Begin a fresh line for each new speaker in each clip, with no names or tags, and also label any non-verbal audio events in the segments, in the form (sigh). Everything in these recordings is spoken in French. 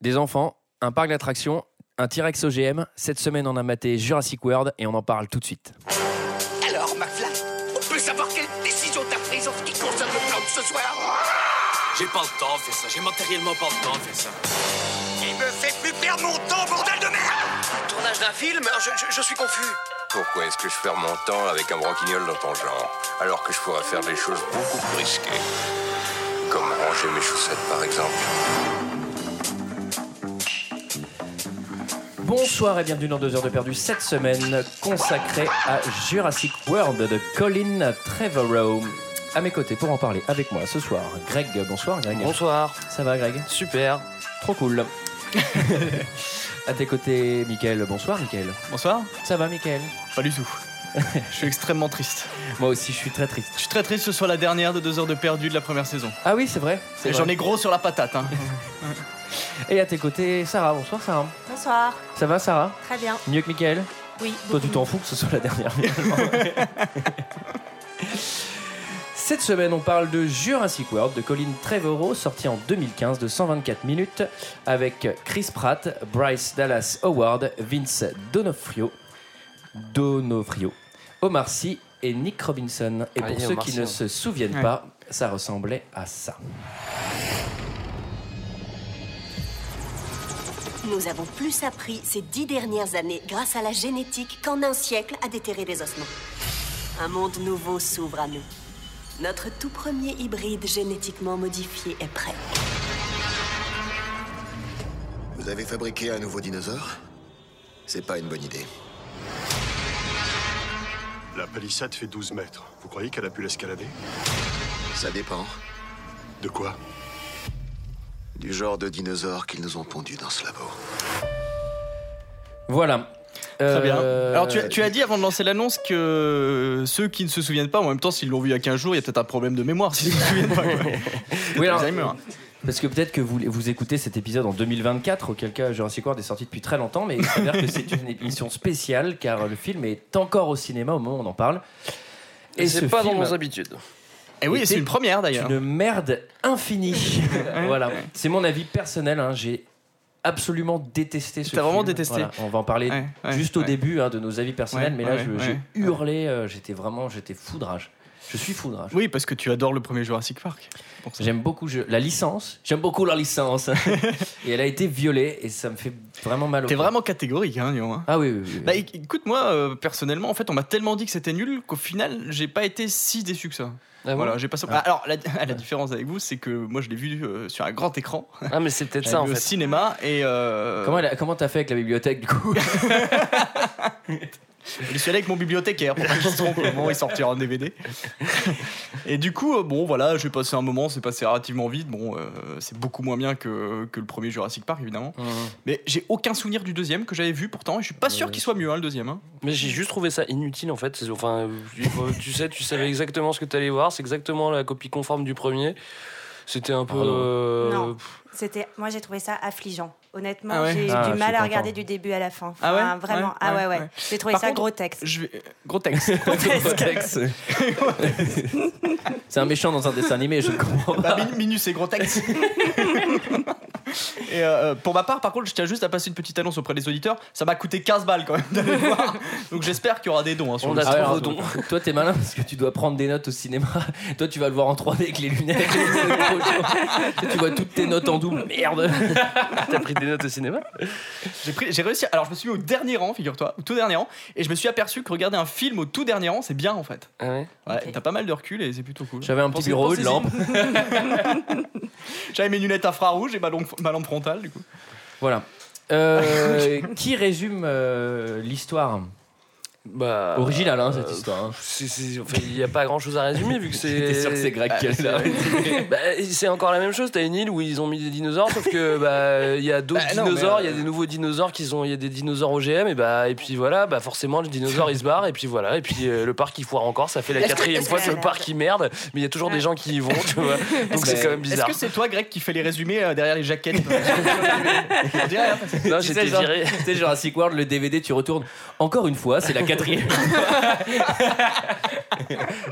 Des enfants, un parc d'attractions, un T-Rex OGM. Cette semaine, on a maté Jurassic World et on en parle tout de suite.
Alors, McFly, on peut savoir quelle décision t'as prise en ce qui concerne le plan de ce soir
J'ai pas le temps de faire ça, j'ai matériellement pas le temps de faire ça.
Il me fait plus perdre mon temps, bordel de merde
Tournage d'un film euh, je, je- je suis confus.
Pourquoi est-ce que je perds mon temps avec un branquignol dans ton genre Alors que je pourrais faire des choses beaucoup plus risquées. Comme ranger mes chaussettes par exemple.
Bonsoir et bienvenue dans 2 heures de perdu cette semaine consacrée à Jurassic World de Colin Trevorrow. À mes côtés pour en parler avec moi ce soir, Greg. Bonsoir Greg.
Bonsoir,
Ça va Greg
super.
Trop cool. (laughs) à tes côtés, Mickaël. Bonsoir Mickaël.
Bonsoir.
Ça va Mickaël
Pas du tout. (laughs) je suis extrêmement triste.
Moi aussi, je suis très triste.
Je suis très triste que ce soit la dernière de deux heures de perdu de la première saison.
Ah oui, c'est vrai.
Et
c'est
J'en
vrai.
ai gros sur la
(laughs)
patate. Hein.
Et à tes côtés, Sarah. Bonsoir Sarah.
Bonsoir,
Ça va Sarah
très bien.
Mieux que Mickaël
Oui.
Toi,
beaucoup.
tu t'en fous que ce soit la dernière. finalement. (laughs) Cette semaine, on parle de Jurassic World de Colin Trevorrow, sorti en 2015 de 124 minutes, avec Chris Pratt, Bryce Dallas Howard, Vince Donofrio, Donofrio Omar Sy et Nick Robinson. Et
Ah,
pour
il y a
ceux
Omar
qui
Sy,
ne
hein.
se souviennent
Ouais.
pas, ça ressemblait à ça.
Nous avons plus appris ces dix dernières années grâce à la génétique qu'en un siècle à déterrer des ossements. Un monde nouveau s'ouvre à nous. Notre tout premier hybride génétiquement modifié est prêt.
Vous avez fabriqué un nouveau dinosaure C'est pas une bonne idée.
La palissade fait 12 mètres. Vous croyez qu'elle a pu l'escalader
Ça dépend
De quoi
du genre de dinosaures qu'ils nous ont pondu dans ce labo.
Voilà.
Très bien.
Euh,
Alors, tu, as- tu as dit avant de lancer l'annonce que ceux qui ne se souviennent pas, en même temps, s'ils l'ont vu il y a 15 jours, il y a peut-être un problème de mémoire s'ils ne se souviennent pas. quoi.
(laughs) Oui, alors,
Alzheimer.
Parce que peut-être que vous, vous écoutez cet épisode en 2024, auquel cas Jurassic World est sorti depuis très longtemps, mais il s'avère que c'est une émission spéciale car le film est encore au cinéma au moment où on en parle.
Et,
ce
c'est pas
film
dans nos habitudes.
Et Eh oui,
Et
c'est
t'es-
une première
est
d'ailleurs.
une merde infinie. voilà, c'est mon avis personnel. hein. J'ai absolument détesté ce
T'as
film.
vraiment détesté.
Voilà, On va en parler
Ouais, ouais,
juste au
ouais.
début hein, de nos avis personnels,
Ouais,
mais là
ouais,
je-
ouais,
j'ai
ouais.
hurlé, euh, j'étais vraiment, j'étais foudrage. Je suis foudrage.
Oui, parce que tu adores le premier Jurassic Park. Pour ça.
J'aime beaucoup je- la licence. J'aime beaucoup la
(laughs)
licence. et elle a été violée et ça me fait vraiment mal au
T'es
cœur.
vraiment catégorique, hein, Lyon. hein.
Ah oui, oui, oui, oui.
Bah éc- écoute, moi euh, personnellement, en fait, on m'a tellement dit que c'était nul qu'au final, j'ai pas été si déçu que ça.
Ah, bon
voilà, j'ai pas. ça- Ah, alors, la, (laughs) la différence avec vous, c'est que moi, je l'ai vu euh, sur un grand écran,
Ah, mais c'est peut-être
je l'ai
ça en
vu au
fait.
cinéma, et euh,
Comment elle a- comment t'as fait avec la bibliothèque du
(laughs)
coup
je suis allé avec mon bibliothécaire pour pas qu'il se
(laughs)
trompe au moment où il sortira un DVD. et du coup, euh, bon, voilà, j'ai passé un moment, c'est passé relativement vite. Bon, euh, c'est beaucoup moins bien que, que le premier Jurassic Park, évidemment.
Mmh.
Mais j'ai aucun souvenir du deuxième que j'avais vu pourtant, et je suis pas sûr qu'il soit mieux, hein, le deuxième. hein.
Mais j'ai juste trouvé ça inutile en fait. C'est- Enfin, euh, tu sais, tu savais exactement ce que t'allais voir, c'est exactement la copie conforme du premier. C'était un peu.
Pardon.
euh,
Non. C'était, moi j'ai trouvé ça affligeant. Honnêtement,
Ah ouais
j'ai eu
Ah, je
du
suis
mal à
content.
regarder du début à la fin.
Ah ouais
Enfin, Vraiment.
Ouais,
ah
ouais,
ouais, ouais.
ouais.
J'ai trouvé
Par
ça
contre,
gros texte.
Je vais... Gros
(laughs)
texte. (laughs)
C'est un méchant dans un dessin animé, je ne comprends pas.
Bah, min- Minus et gros texte. et euh, pour ma part, par contre, je tiens juste à passer une petite annonce auprès des auditeurs. Ça m'a coûté 15 balles quand même d'aller le voir. Donc j'espère qu'il y aura des dons. hein, sur
On
le
attend
site.
vos
alors,
dons.
Toi, t'es malin parce que tu dois prendre des notes au cinéma. (laughs) Toi, tu vas le voir en 3D avec les lunettes.
(laughs)
Tu sais, tu vois toutes tes notes en double. Merde.
T'as pris des notes au cinéma
J'ai pris- j'ai réussi. Alors je me suis mis au dernier rang, figure-toi, au tout dernier rang, et je me suis aperçu que regarder un film au tout dernier rang, c'est bien en fait.
Ah ouais.
Ouais,
Ok.
T'as pas mal de recul et c'est plutôt cool.
J'avais un petit bureau, une
pensez-y.
lampe.
J'avais mes lunettes infrarouges et ma, longue- ma lampe frontale du coup.
Voilà.
(laughs)
Euh, qui résume euh, l'histoire
Bah.
Originale, hein,
euh,
cette histoire. hein.
c'est- c'est- enfin, Il n'y a pas grand chose à résumer vu que c'est.
(laughs) J'étais sûr que c'est Greg
Ah,
qui allait
c'est-
la (laughs)
Bah, c'est encore la même chose. T'as une île où ils ont mis des dinosaures, sauf
(laughs)
que bah il y a d'autres
Bah, non, mais,
dinosaures, il y a
euh,
des nouveaux dinosaures qui ont, il y a des dinosaures OGM et bah et puis voilà, bah forcément les dinosaures ils se barrent et puis voilà et puis euh, le parc il foire encore. Ça fait la
Est-ce que-
quatrième
est-ce
fois
que-
que Ah. le parc il merde, mais il y a toujours des gens qui y vont, tu (laughs) vois. Donc c'est
que-
quand même
Est-ce
bizarre.
que c'est toi, Greg, qui fait les résumés euh, derrière les
(laughs)
jaquettes On dirait, hein.
Non,
Tu
j'étais
sais, genre-
viré.
Tu sais, Jurassic World, le DVD, tu retournes. Encore une fois, c'est la
(laughs) quatrième.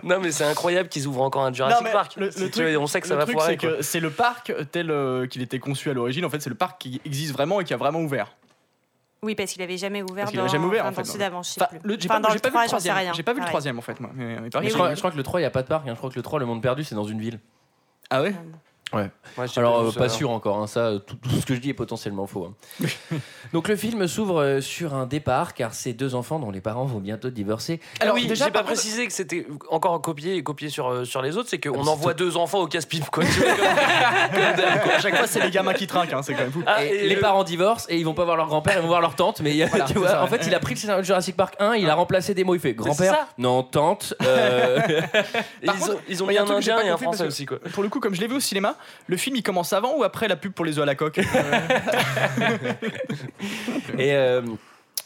non, mais c'est incroyable qu'ils ouvrent encore un Jurassic
Non, mais
Park.
le- le
C'est- tu
truc-
vois, on sait que ça
le
va
truc,
foirer.
c'est que c'est le parc tel euh, qu'il était conçu à l'origine. En fait, c'est le parc qui existe vraiment et qui a vraiment ouvert.
Oui, parce qu'il avait jamais ouvert
Parce qu'il
dans,
a jamais ouvert,
enfin,
en fait.
dans celui d'avant, je sais
Enfin,
plus.
le- j'ai
Enfin,
pas-
dans
j'ai pas vu le
3, j'en sais
troisième.
rien.
J'ai pas vu le
Pareil.
troisième, en fait, moi. Mais, Ah mais pareil,
je,
c'est-
crois, je crois que le 3, il n'y a pas de parc. hein. Je crois que le 3, le monde perdu, c'est dans une ville.
Ah ouais
Ouais.
Ouais, j'ai
Alors,
pas vu
euh,
ça,
pas
alors.
sûr encore. hein. Ça, tout, tout ce que je dis est potentiellement faux. hein. Donc,
(laughs)
le film s'ouvre euh, sur un départ car ces deux enfants, dont les parents vont bientôt divorcer,
Alors oui,
déjà,
j'ai pas
par contre-
précisé que c'était encore copié et copié sur, euh, sur les autres, c'est
Ah,
qu'on
mais
envoie
c'est
deux enfants au casse-pipe quoi. tu vois, comme- comme d'hab, quoi.
(laughs) À chaque fois, c'est les gamins qui trinquent, hein, c'est quand même fou.
(laughs) Ah,
Et
et
les
le-
parents divorcent et ils vont pas voir leur grand-père, ils vont voir leur tante. Mais euh, tu vois,
c'est ça.
en fait, il a pris le scénario de Jurassic Park 1, il a remplacé des mots. Il fait
Ah. c'est
grand-père,
ça.
non, tante.
(laughs)
euh,
et
Par
ils,
contre,
ont, ils ont
moi,
mis
y a
un
un truc que j'ai
indien
pas
et un
compris, parce
français
que-
aussi quoi.
Pour le coup, comme je l'ai vu au cinéma, le film il commence avant ou après la pub pour les œufs à la coque
et euh,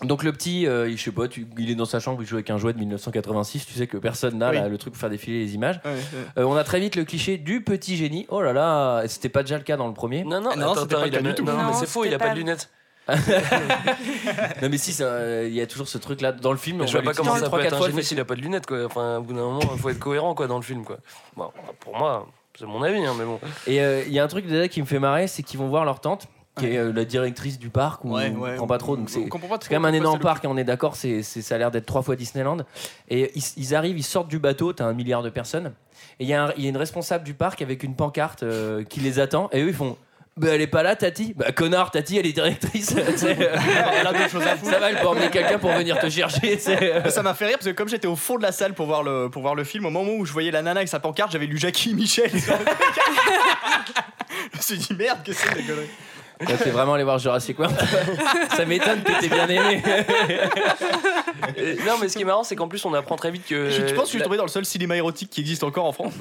donc le petit, euh, il- je sais pas, tu- il est dans sa chambre, il joue avec un jouet de 1986. Tu sais que personne n'a
Oui.
là, le truc pour faire défiler les images.
(laughs) Ouais, ouais.
Euh, on a très vite le cliché du petit génie. Oh là là, c'était pas déjà le cas dans le premier.
Non, non,
Ah, non,
attends,
c'était
attends,
pas
il
le
a
cas du
mis-
tout.
non, non, mais
Non,
c'est faux, il a
c'était
pas de
pas-
lunettes.
Non mais si, ça, euh, il y a toujours ce truc là dans le film. on
je
va
vois pas
l'utiliser
comment ça
trois,
peut
quatre
être un
fois,
génie s'il a pas de lunettes quoi. Enfin, au bout d'un moment, faut être cohérent quoi dans le film quoi. Bon, pour moi, c'est mon avis, hein, mais bon.
Et euh, il y a un truc déjà qui me fait marrer, c'est qu'ils vont voir leur tante, qui est euh, la directrice du parc, ou on comprend pas trop.
on
Donc c'est
comprend pas
c'est
trop
quand même un
pourquoi
énorme
c'est le-
parc, et on est d'accord, c'est, c'est- ça a l'air d'être trois fois Disneyland. Et ils, ils arrivent, ils sortent du bateau, t'as un milliard de personnes. Et il y, a un- il y a une responsable du parc avec une pancarte euh, qui les attend, et eux ils font. Bah, elle est pas là, Tati Bah, connard, Tati, elle est directrice. (laughs) Tu sais,
(laughs)
euh,
Elle a d'autres choses à foutre.
ça va, elle peut emmener quelqu'un pour venir te chercher. tu sais,
(laughs)
euh.
Ça m'a fait rire parce que comme j'étais au fond de la salle pour voir le, pour voir le film, au moment où je voyais la nana avec sa pancarte, j'avais lu Jackie Michel. (laughs) je me suis dit merde, que c'est que ces conneries
Là, t'es vraiment allé voir Jurassic
(laughs)
World. ça m'étonne que t'aies bien aimé.
Et- non, mais ce qui est marrant, c'est qu'en plus, on apprend très vite que.
Je je pense que je suis
la-
tombé dans le seul cinéma érotique qui existe encore en France.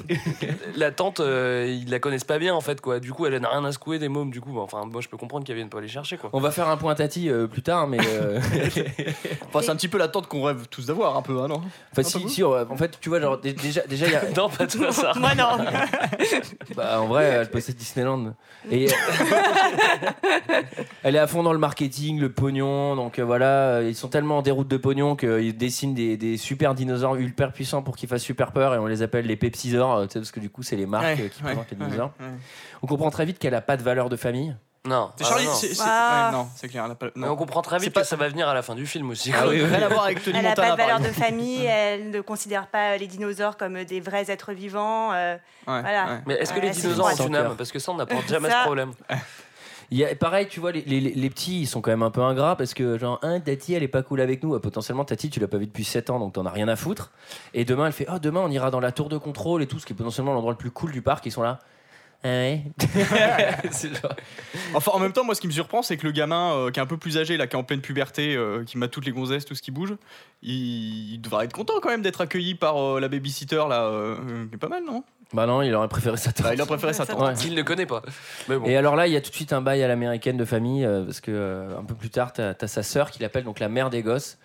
la tante, euh, ils la connaissent pas bien en fait quoi. Du coup, elle n'a rien à secouer des mômes. Du coup, bah, enfin, moi, je peux comprendre qu'elle vienne pas les chercher quoi.
On va faire un point Tati euh, plus tard, mais.
(laughs)
euh,
Enfin, c'est un petit peu l'attente qu'on rêve tous d'avoir, un peu, hein, non
Enfin, si, si, on- en fait, tu vois, genre, dé- déjà, déjà, il y a.
(laughs) Non, pas toi ça.
Moi non.
Bah, en vrai,
(laughs)
elle possède Disneyland. Et. (laughs) elle est à fond dans le marketing, le pognon. Donc euh, voilà, euh, ils sont tellement en déroute de pognon qu'ils dessinent des, des super dinosaures hyper puissants pour qu'ils fassent super peur et on les appelle les Pepsisors, euh, tu sais, parce que du coup, c'est les marques
Ouais,
euh, qui
ouais,
présentent les
ouais,
dinosaures.
ouais.
On comprend très vite qu'elle a pas de valeur de famille.
Non.
C'est
ah,
Charlie,
non.
c'est- c'est-
Ah.
ouais, non, c'est clair. elle a pas-
Mais
non.
on comprend très
C'est
vite
pas-
que ça va venir à la fin du film aussi.
Ah
quoi.
oui, oui.
Rien à voir avec Tony
Elle n'a
Montana,
pas de
par
valeur de
exemple.
famille, elle ne considère pas euh, les dinosaures comme des vrais êtres vivants. euh,
Ouais,
Voilà.
ouais.
Mais est-ce que
Ouais,
les
c'est
dinosaures
vrai.
ont une
Sans cœur.
âme Parce que ça, on n'apprend jamais
Ça.
ce problème.
Il y a, pareil, tu vois, les, les- les- les petits, ils sont quand même un peu ingrats parce que, genre, un, Tati, elle est pas cool avec nous. Ah, Potentiellement, Tati, tu l'as pas vu depuis 7 ans, donc t'en as rien à foutre. Et demain, elle fait, oh, demain, on ira dans la tour de contrôle et tout, ce qui est potentiellement l'endroit le plus cool du parc. Ils sont là. Ah ouais. (laughs) C'est genre-
Enfin, en même temps, moi, ce qui me surprend, c'est que le gamin euh, qui est un peu plus âgé, là, qui est en pleine puberté, euh, qui mate toutes les gonzesses, tout ce qui bouge, il, il devrait être content quand même d'être accueilli par euh, la babysitter, là, euh, euh, qui est pas mal, non
Bah non, il aurait préféré ça.
Bah, Il a préféré sa tante.
Ouais.
Il ne connaît pas. Mais bon.
Et euh, alors là, il y a tout de suite un bail à l'américaine de famille, euh, parce que euh, un peu plus tard, t'as as sa sœur qui l'appelle donc la mère des gosses,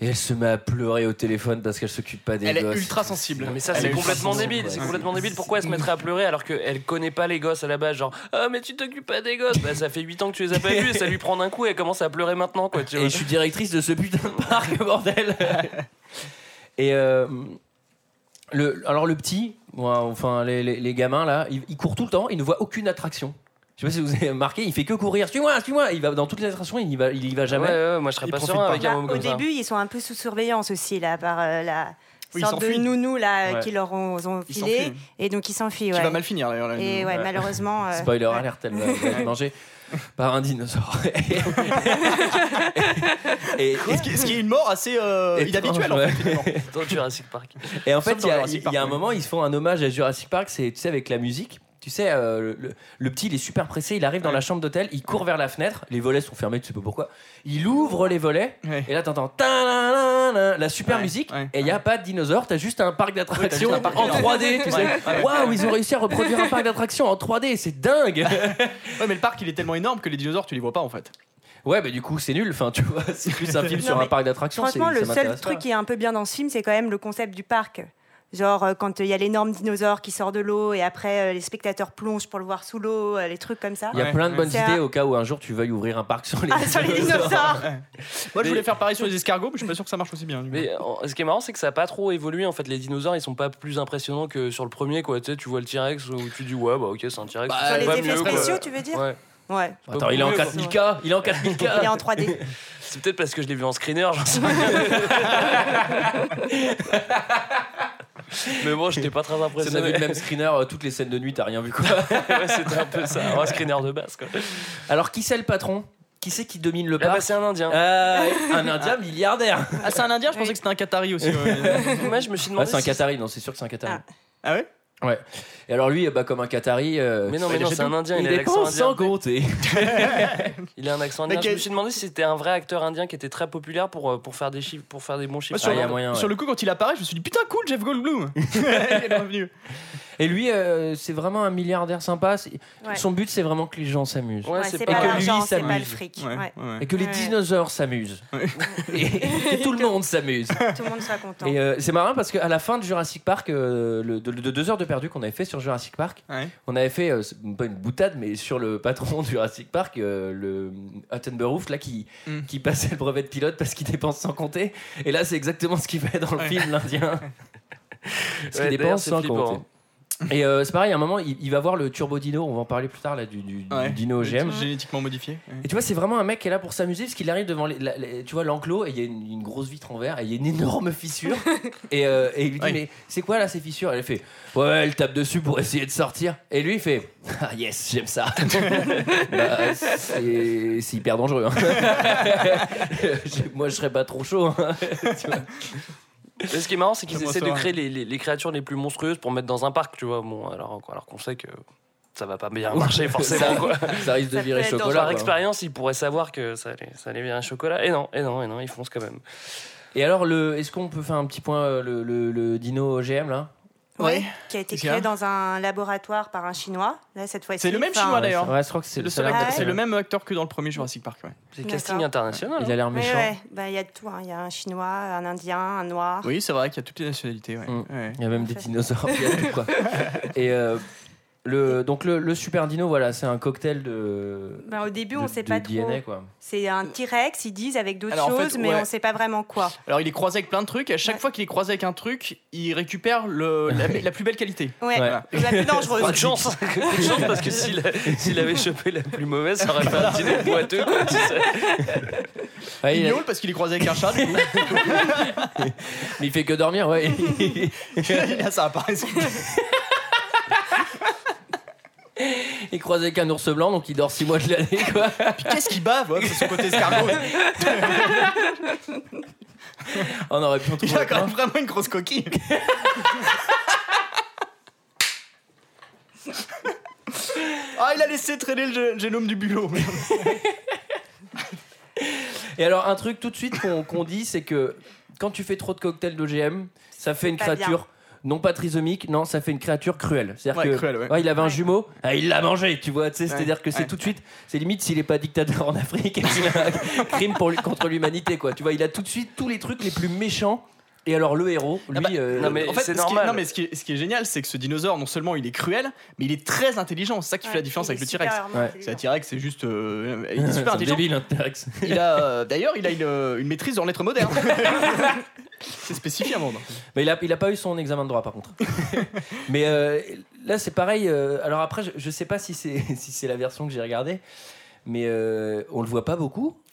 et elle se met à pleurer au téléphone parce qu'elle s'occupe pas des
Elle
gosses.
est ultra sensible.
Non, mais ça
Elle
c'est
est ultra
complètement
sensible,
débile,
ouais.
c'est complètement débile. Pourquoi elle se mettrait à pleurer alors qu'elle connaît pas les gosses à la base Genre, ah mais tu t'occupes pas des gosses Bah ça fait 8 ans que tu les as pas vus et ça lui prend un coup et elle commence à pleurer maintenant quoi. Tu
Et
vois.
je suis directrice de ce putain de parc, (laughs) bordel. Et euh, le, alors le petit, moi, enfin les, les- les gamins là, ils, ils courent tout le temps, ils ne voient aucune attraction. Je sais pas si vous avez remarqué, il fait que courir. Suis-moi, suis-moi. Il va dans toutes les attractions, il y va, il y va
Ouais,
jamais.
ouais, moi je serais
Il
pas
profite
serein
pas.
avec un
Bah,
homme
au
comme ça.
début, ils sont un peu sous surveillance aussi, là, par euh, la
Oui, ils
sorte de
s'enfuient.
nounou là, euh,
Ouais.
qui leur ont, ont
Ils
filé.
s'enfuient.
Et donc, ils s'enfuient.
Qui
ouais.
va mal finir, d'ailleurs. là,
Et
nous. (laughs)
ouais, malheureusement. euh,
Spoiler
ouais.
alerte, elle va, elle va être mangée par un dinosaure. Et- et-
Et ce, qui, ce qui est une mort assez euh,
Et-
inhabituelle, en
ouais.
fait, finalement.
Dans Jurassic Park.
Et en
Sauf
fait,
dans
il y a,
Jurassic
il y a
Park,
un
oui.
moment, ils se font un hommage à Jurassic Park, c'est tu sais, avec la musique. Tu sais, euh, le, le- le petit, il est super pressé, il arrive dans la chambre d'hôtel, il court vers la fenêtre, les volets sont fermés, tu sais pas pourquoi. Il ouvre les volets,
Ouais.
et là t'entends ta-la-la-la, la super
Ouais,
musique,
ouais,
et il y a pas de dinosaures, t'as juste un parc d'attractions
juste un parc
en
d'attractions.
3D. tu sais.
Ouais, ouais.
Waouh, ils ont réussi à reproduire un parc d'attractions en 3D, c'est
(laughs)
dingue!
Ouais, mais le parc, il est tellement énorme que les dinosaures, tu les vois pas, en
(laughs)
fait.
Ouais, mais du coup, c'est nul, enfin, tu vois, c'est plus un film
(laughs)
Non,
sur un
mais
parc d'attractions.
Franchement,
c'est- ça
le seul
m'intéresse pas.
truc qui est un peu bien dans ce film, c'est quand même le concept du parc. Genre euh, quand il y a l'énorme dinosaure qui sort de l'eau et après euh, les spectateurs plongent pour le voir sous l'eau, euh, les trucs comme ça.
Il y a plein de bonnes
C'est
idées
un-
au cas où un jour tu veuilles ouvrir un parc sur les
Ah, sur les dinosaures
Moi, je voulais faire pareil sur les escargots, mais je suis pas sûr que ça marche aussi bien. du coup.
Mais euh, ce qui est marrant, c'est que ça a pas trop évolué. En fait, les dinosaures, ils sont pas plus impressionnants que sur le premier, quoi. Tu sais, tu vois le T-Rex où tu dis, ouais, bah ok, c'est un T-Rex.
Bah,
c'est
sur les
pas
effets
mieux, quoi.
spéciaux, tu veux dire
Ouais.
Ouais.
C'est pas
Attends, il est en
mieux, quoi.
4000K Il est en 4000K
Il est en 3D.
C'est peut-être parce que je l'ai vu en screener,
(laughs)
j'en sais rien. Mais bon, j'étais pas très
Si on
impressionné.
avait le même screener, euh, toutes les scènes de nuit, t'as rien vu quoi.
(laughs) ouais, c'était un peu ça. Un screener de base, quoi.
(laughs) Alors, qui c'est le patron Qui c'est qui domine le
Ah
parc
bah, c'est un indien.
Euh, Un indien milliardaire
Ah, c'est un indien, je pensais que c'était un Qatari aussi.
Moi, je me suis
Ah,
demandé.
c'est un
si-
Qatari, non, c'est sûr que c'est un Qatari.
Ah ouais
Ouais. Et alors lui, euh, bah, comme un Qatari. euh,
Mais non, mais
il
non,
achète
c'est un
tout.
Indien, il
Il
a l'accent
dépense
indien.
sans compter.
Il a un accent
Mais
indien. Je
quel-
me suis demandé si c'était un vrai acteur indien qui était très populaire pour, euh, pour, faire, des chiffres, pour faire des bons
Moi,
chiffres.
sur,
Ah, il y a
le,
moyen,
sur
ouais.
le coup, quand il apparaît, je me suis dit putain, cool, Jeff
(laughs)
Goldblum (laughs) Il est revenu.
Et lui, euh, c'est vraiment un milliardaire sympa. C'est-
Ouais.
Son but, c'est vraiment que les gens s'amusent.
Ouais,
Ouais,
c'est
c'est
Et
pas
que lui
l'argent, c'est pas
s'amuse.
le fric.
Ouais, (laughs)
Ouais.
ouais.
Et que les
Ouais.
dinosaures s'amusent. Et que tout le monde s'amuse.
Tout le monde sera content.
Et euh, c'est marrant parce qu'à la fin de Jurassic Park, euh, le- de, de deux heures de perdu qu'on avait fait sur Jurassic Park,
Ouais.
on avait fait, euh, c'est pas une boutade, mais sur le patron de Jurassic Park, euh, le Attenborough, là, qui,
Mm.
qui passait le brevet de pilote parce qu'il dépense sans compter. Et là, c'est exactement ce qu'il fait dans le
Ouais.
film,
(laughs)
l'Indien. Parce
Ouais,
qu'il
d'ailleurs,
dépense
c'est
sans
flippant, hein.
compter. Et euh, c'est pareil, à un moment, il, il va voir le Turbo Dino, on va en parler plus tard, là, du, du- du
Ouais.
Dino OGM.
Génétiquement modifié. ouais.
Et tu vois, c'est vraiment un mec qui est là pour s'amuser parce qu'il arrive devant les, la- les- tu vois l'enclos et il y a une, une grosse vitre en verre et il y a une énorme fissure. et, euh, et il lui dit
Oui.
Mais c'est quoi là ces fissures Elle fait Ouais, elle tape dessus pour essayer de sortir. Et lui, il fait (laughs) Ah yes, j'aime ça. Bah, c'est c'est hyper dangereux. hein. Je- Moi, je serais pas trop chaud. hein.
Mais ce qui est marrant, c'est qu'ils
Comment
essaient
ça
de
va
créer les, les- les créatures les plus monstrueuses pour mettre dans un parc, tu vois. Bon, alors, alors qu'on sait que ça va pas bien
(laughs)
marcher, forcément. quoi.
Ça risque de
Ça
virer
peut être
chocolat.
Par
quoi.
expérience, ils pourraient savoir que ça allait, ça allait virer un chocolat. Et non, et non, et non, ils foncent quand même.
Et alors, le, est-ce qu'on peut faire un petit point euh, le, le- le dino OGM là
Ouais.
Qui a été
Qu'est-ce qu'il y a
créé dans un laboratoire par un chinois, là, cette fois-ci.
C'est le même
Enfin,
chinois d'ailleurs.
Ouais, je crois que c'est
C'est le,
ça
seul
l'a-
acteur-
acteur-
ouais.
c'est le même acteur que dans le premier Jurassic Park. Ouais.
C'est
D'accord.
casting international. hein.
Il a
hein.
l'air
Ouais,
méchant.
ouais. Bah, Il y a de tout. hein. Il y a un chinois, un indien, un noir.
Oui, c'est vrai qu'il y a toutes les nationalités. Ouais.
Mm.
Ouais.
Il y a
Ah,
même des dinosaures, il y a tout,
(laughs)
quoi. Et euh, le, donc le, le super dino, voilà, c'est un cocktail de.
Ben, au début,
de-
on sait
de
pas
DNA,
trop.
quoi.
C'est un T-Rex, ils disent, avec d'autres
Alors, en fait,
choses, mais
ouais.
on sait pas vraiment quoi.
Alors il est croisé avec plein de trucs. Et à chaque
Ouais.
fois qu'il est croisé avec un truc, il récupère le, la, la plus belle qualité.
Ouais.
Ouais.
La plus
(laughs)
dangereuse.
Pas de chance, Pas de (laughs) chance, parce que s'il s'il avait chopé la plus mauvaise, ça aurait
(laughs)
fait un dîner boiteux. quoi, tu sais.
Ouais,
Il
Ah, il, a-
miaule parce qu'il est croisé avec un chat. du coup.
mais il fait que dormir, ouais.
Là, ça apparaît.
il croise avec un ours blanc, donc il dort 6 mois de l'année, quoi.
Puis qu'est-ce qu'il bave ouais, C'est son côté escargot.
On aurait pu en
Il a
trouver
quand
plein.
même vraiment une grosse coquille. Ah, il a laissé traîner le gé- génome du bulot.
Et alors, un truc tout de suite qu'on qu'on dit, c'est que quand tu fais trop de cocktails d'OGM, ça fait une
pas bien.
créature. Non pas trisomique, non, ça fait une créature cruelle. C'est-à-dire
Ouais,
que
cruelle, ouais.
il avait un
Ouais.
jumeau, ah, il l'a mangé, tu vois. tu sais, C'est-à-dire que c'est
ouais.
tout de suite, c'est limite s'il est pas dictateur en Afrique, il a un crime pour, contre l'humanité, quoi. Tu vois, il a tout de suite tous les trucs les plus méchants. Et alors le héros, lui,
bah,
euh,
non, mais-
en fait,
c'est
ce qui est-
normal.
non, mais ce qui, est, ce qui est génial, c'est que ce dinosaure, non seulement il est cruel, mais il est très intelligent. C'est ça qui fait la différence avec le T-Rex. C'est un T-Rex, c'est juste. euh,
(laughs)
il est
c'est
super
un
intelligent.
débile, hein, T-Rex.
Il a, euh, D'ailleurs, il a une, euh, une maîtrise dans l'être moderne. (laughs) c'est spécifique à monde.
Mais il a, il a pas eu son examen de droit par contre. mais euh, là c'est pareil. euh, alors après je, je sais pas si c'est (laughs) si c'est la version que j'ai regardée, mais euh, on le voit pas beaucoup.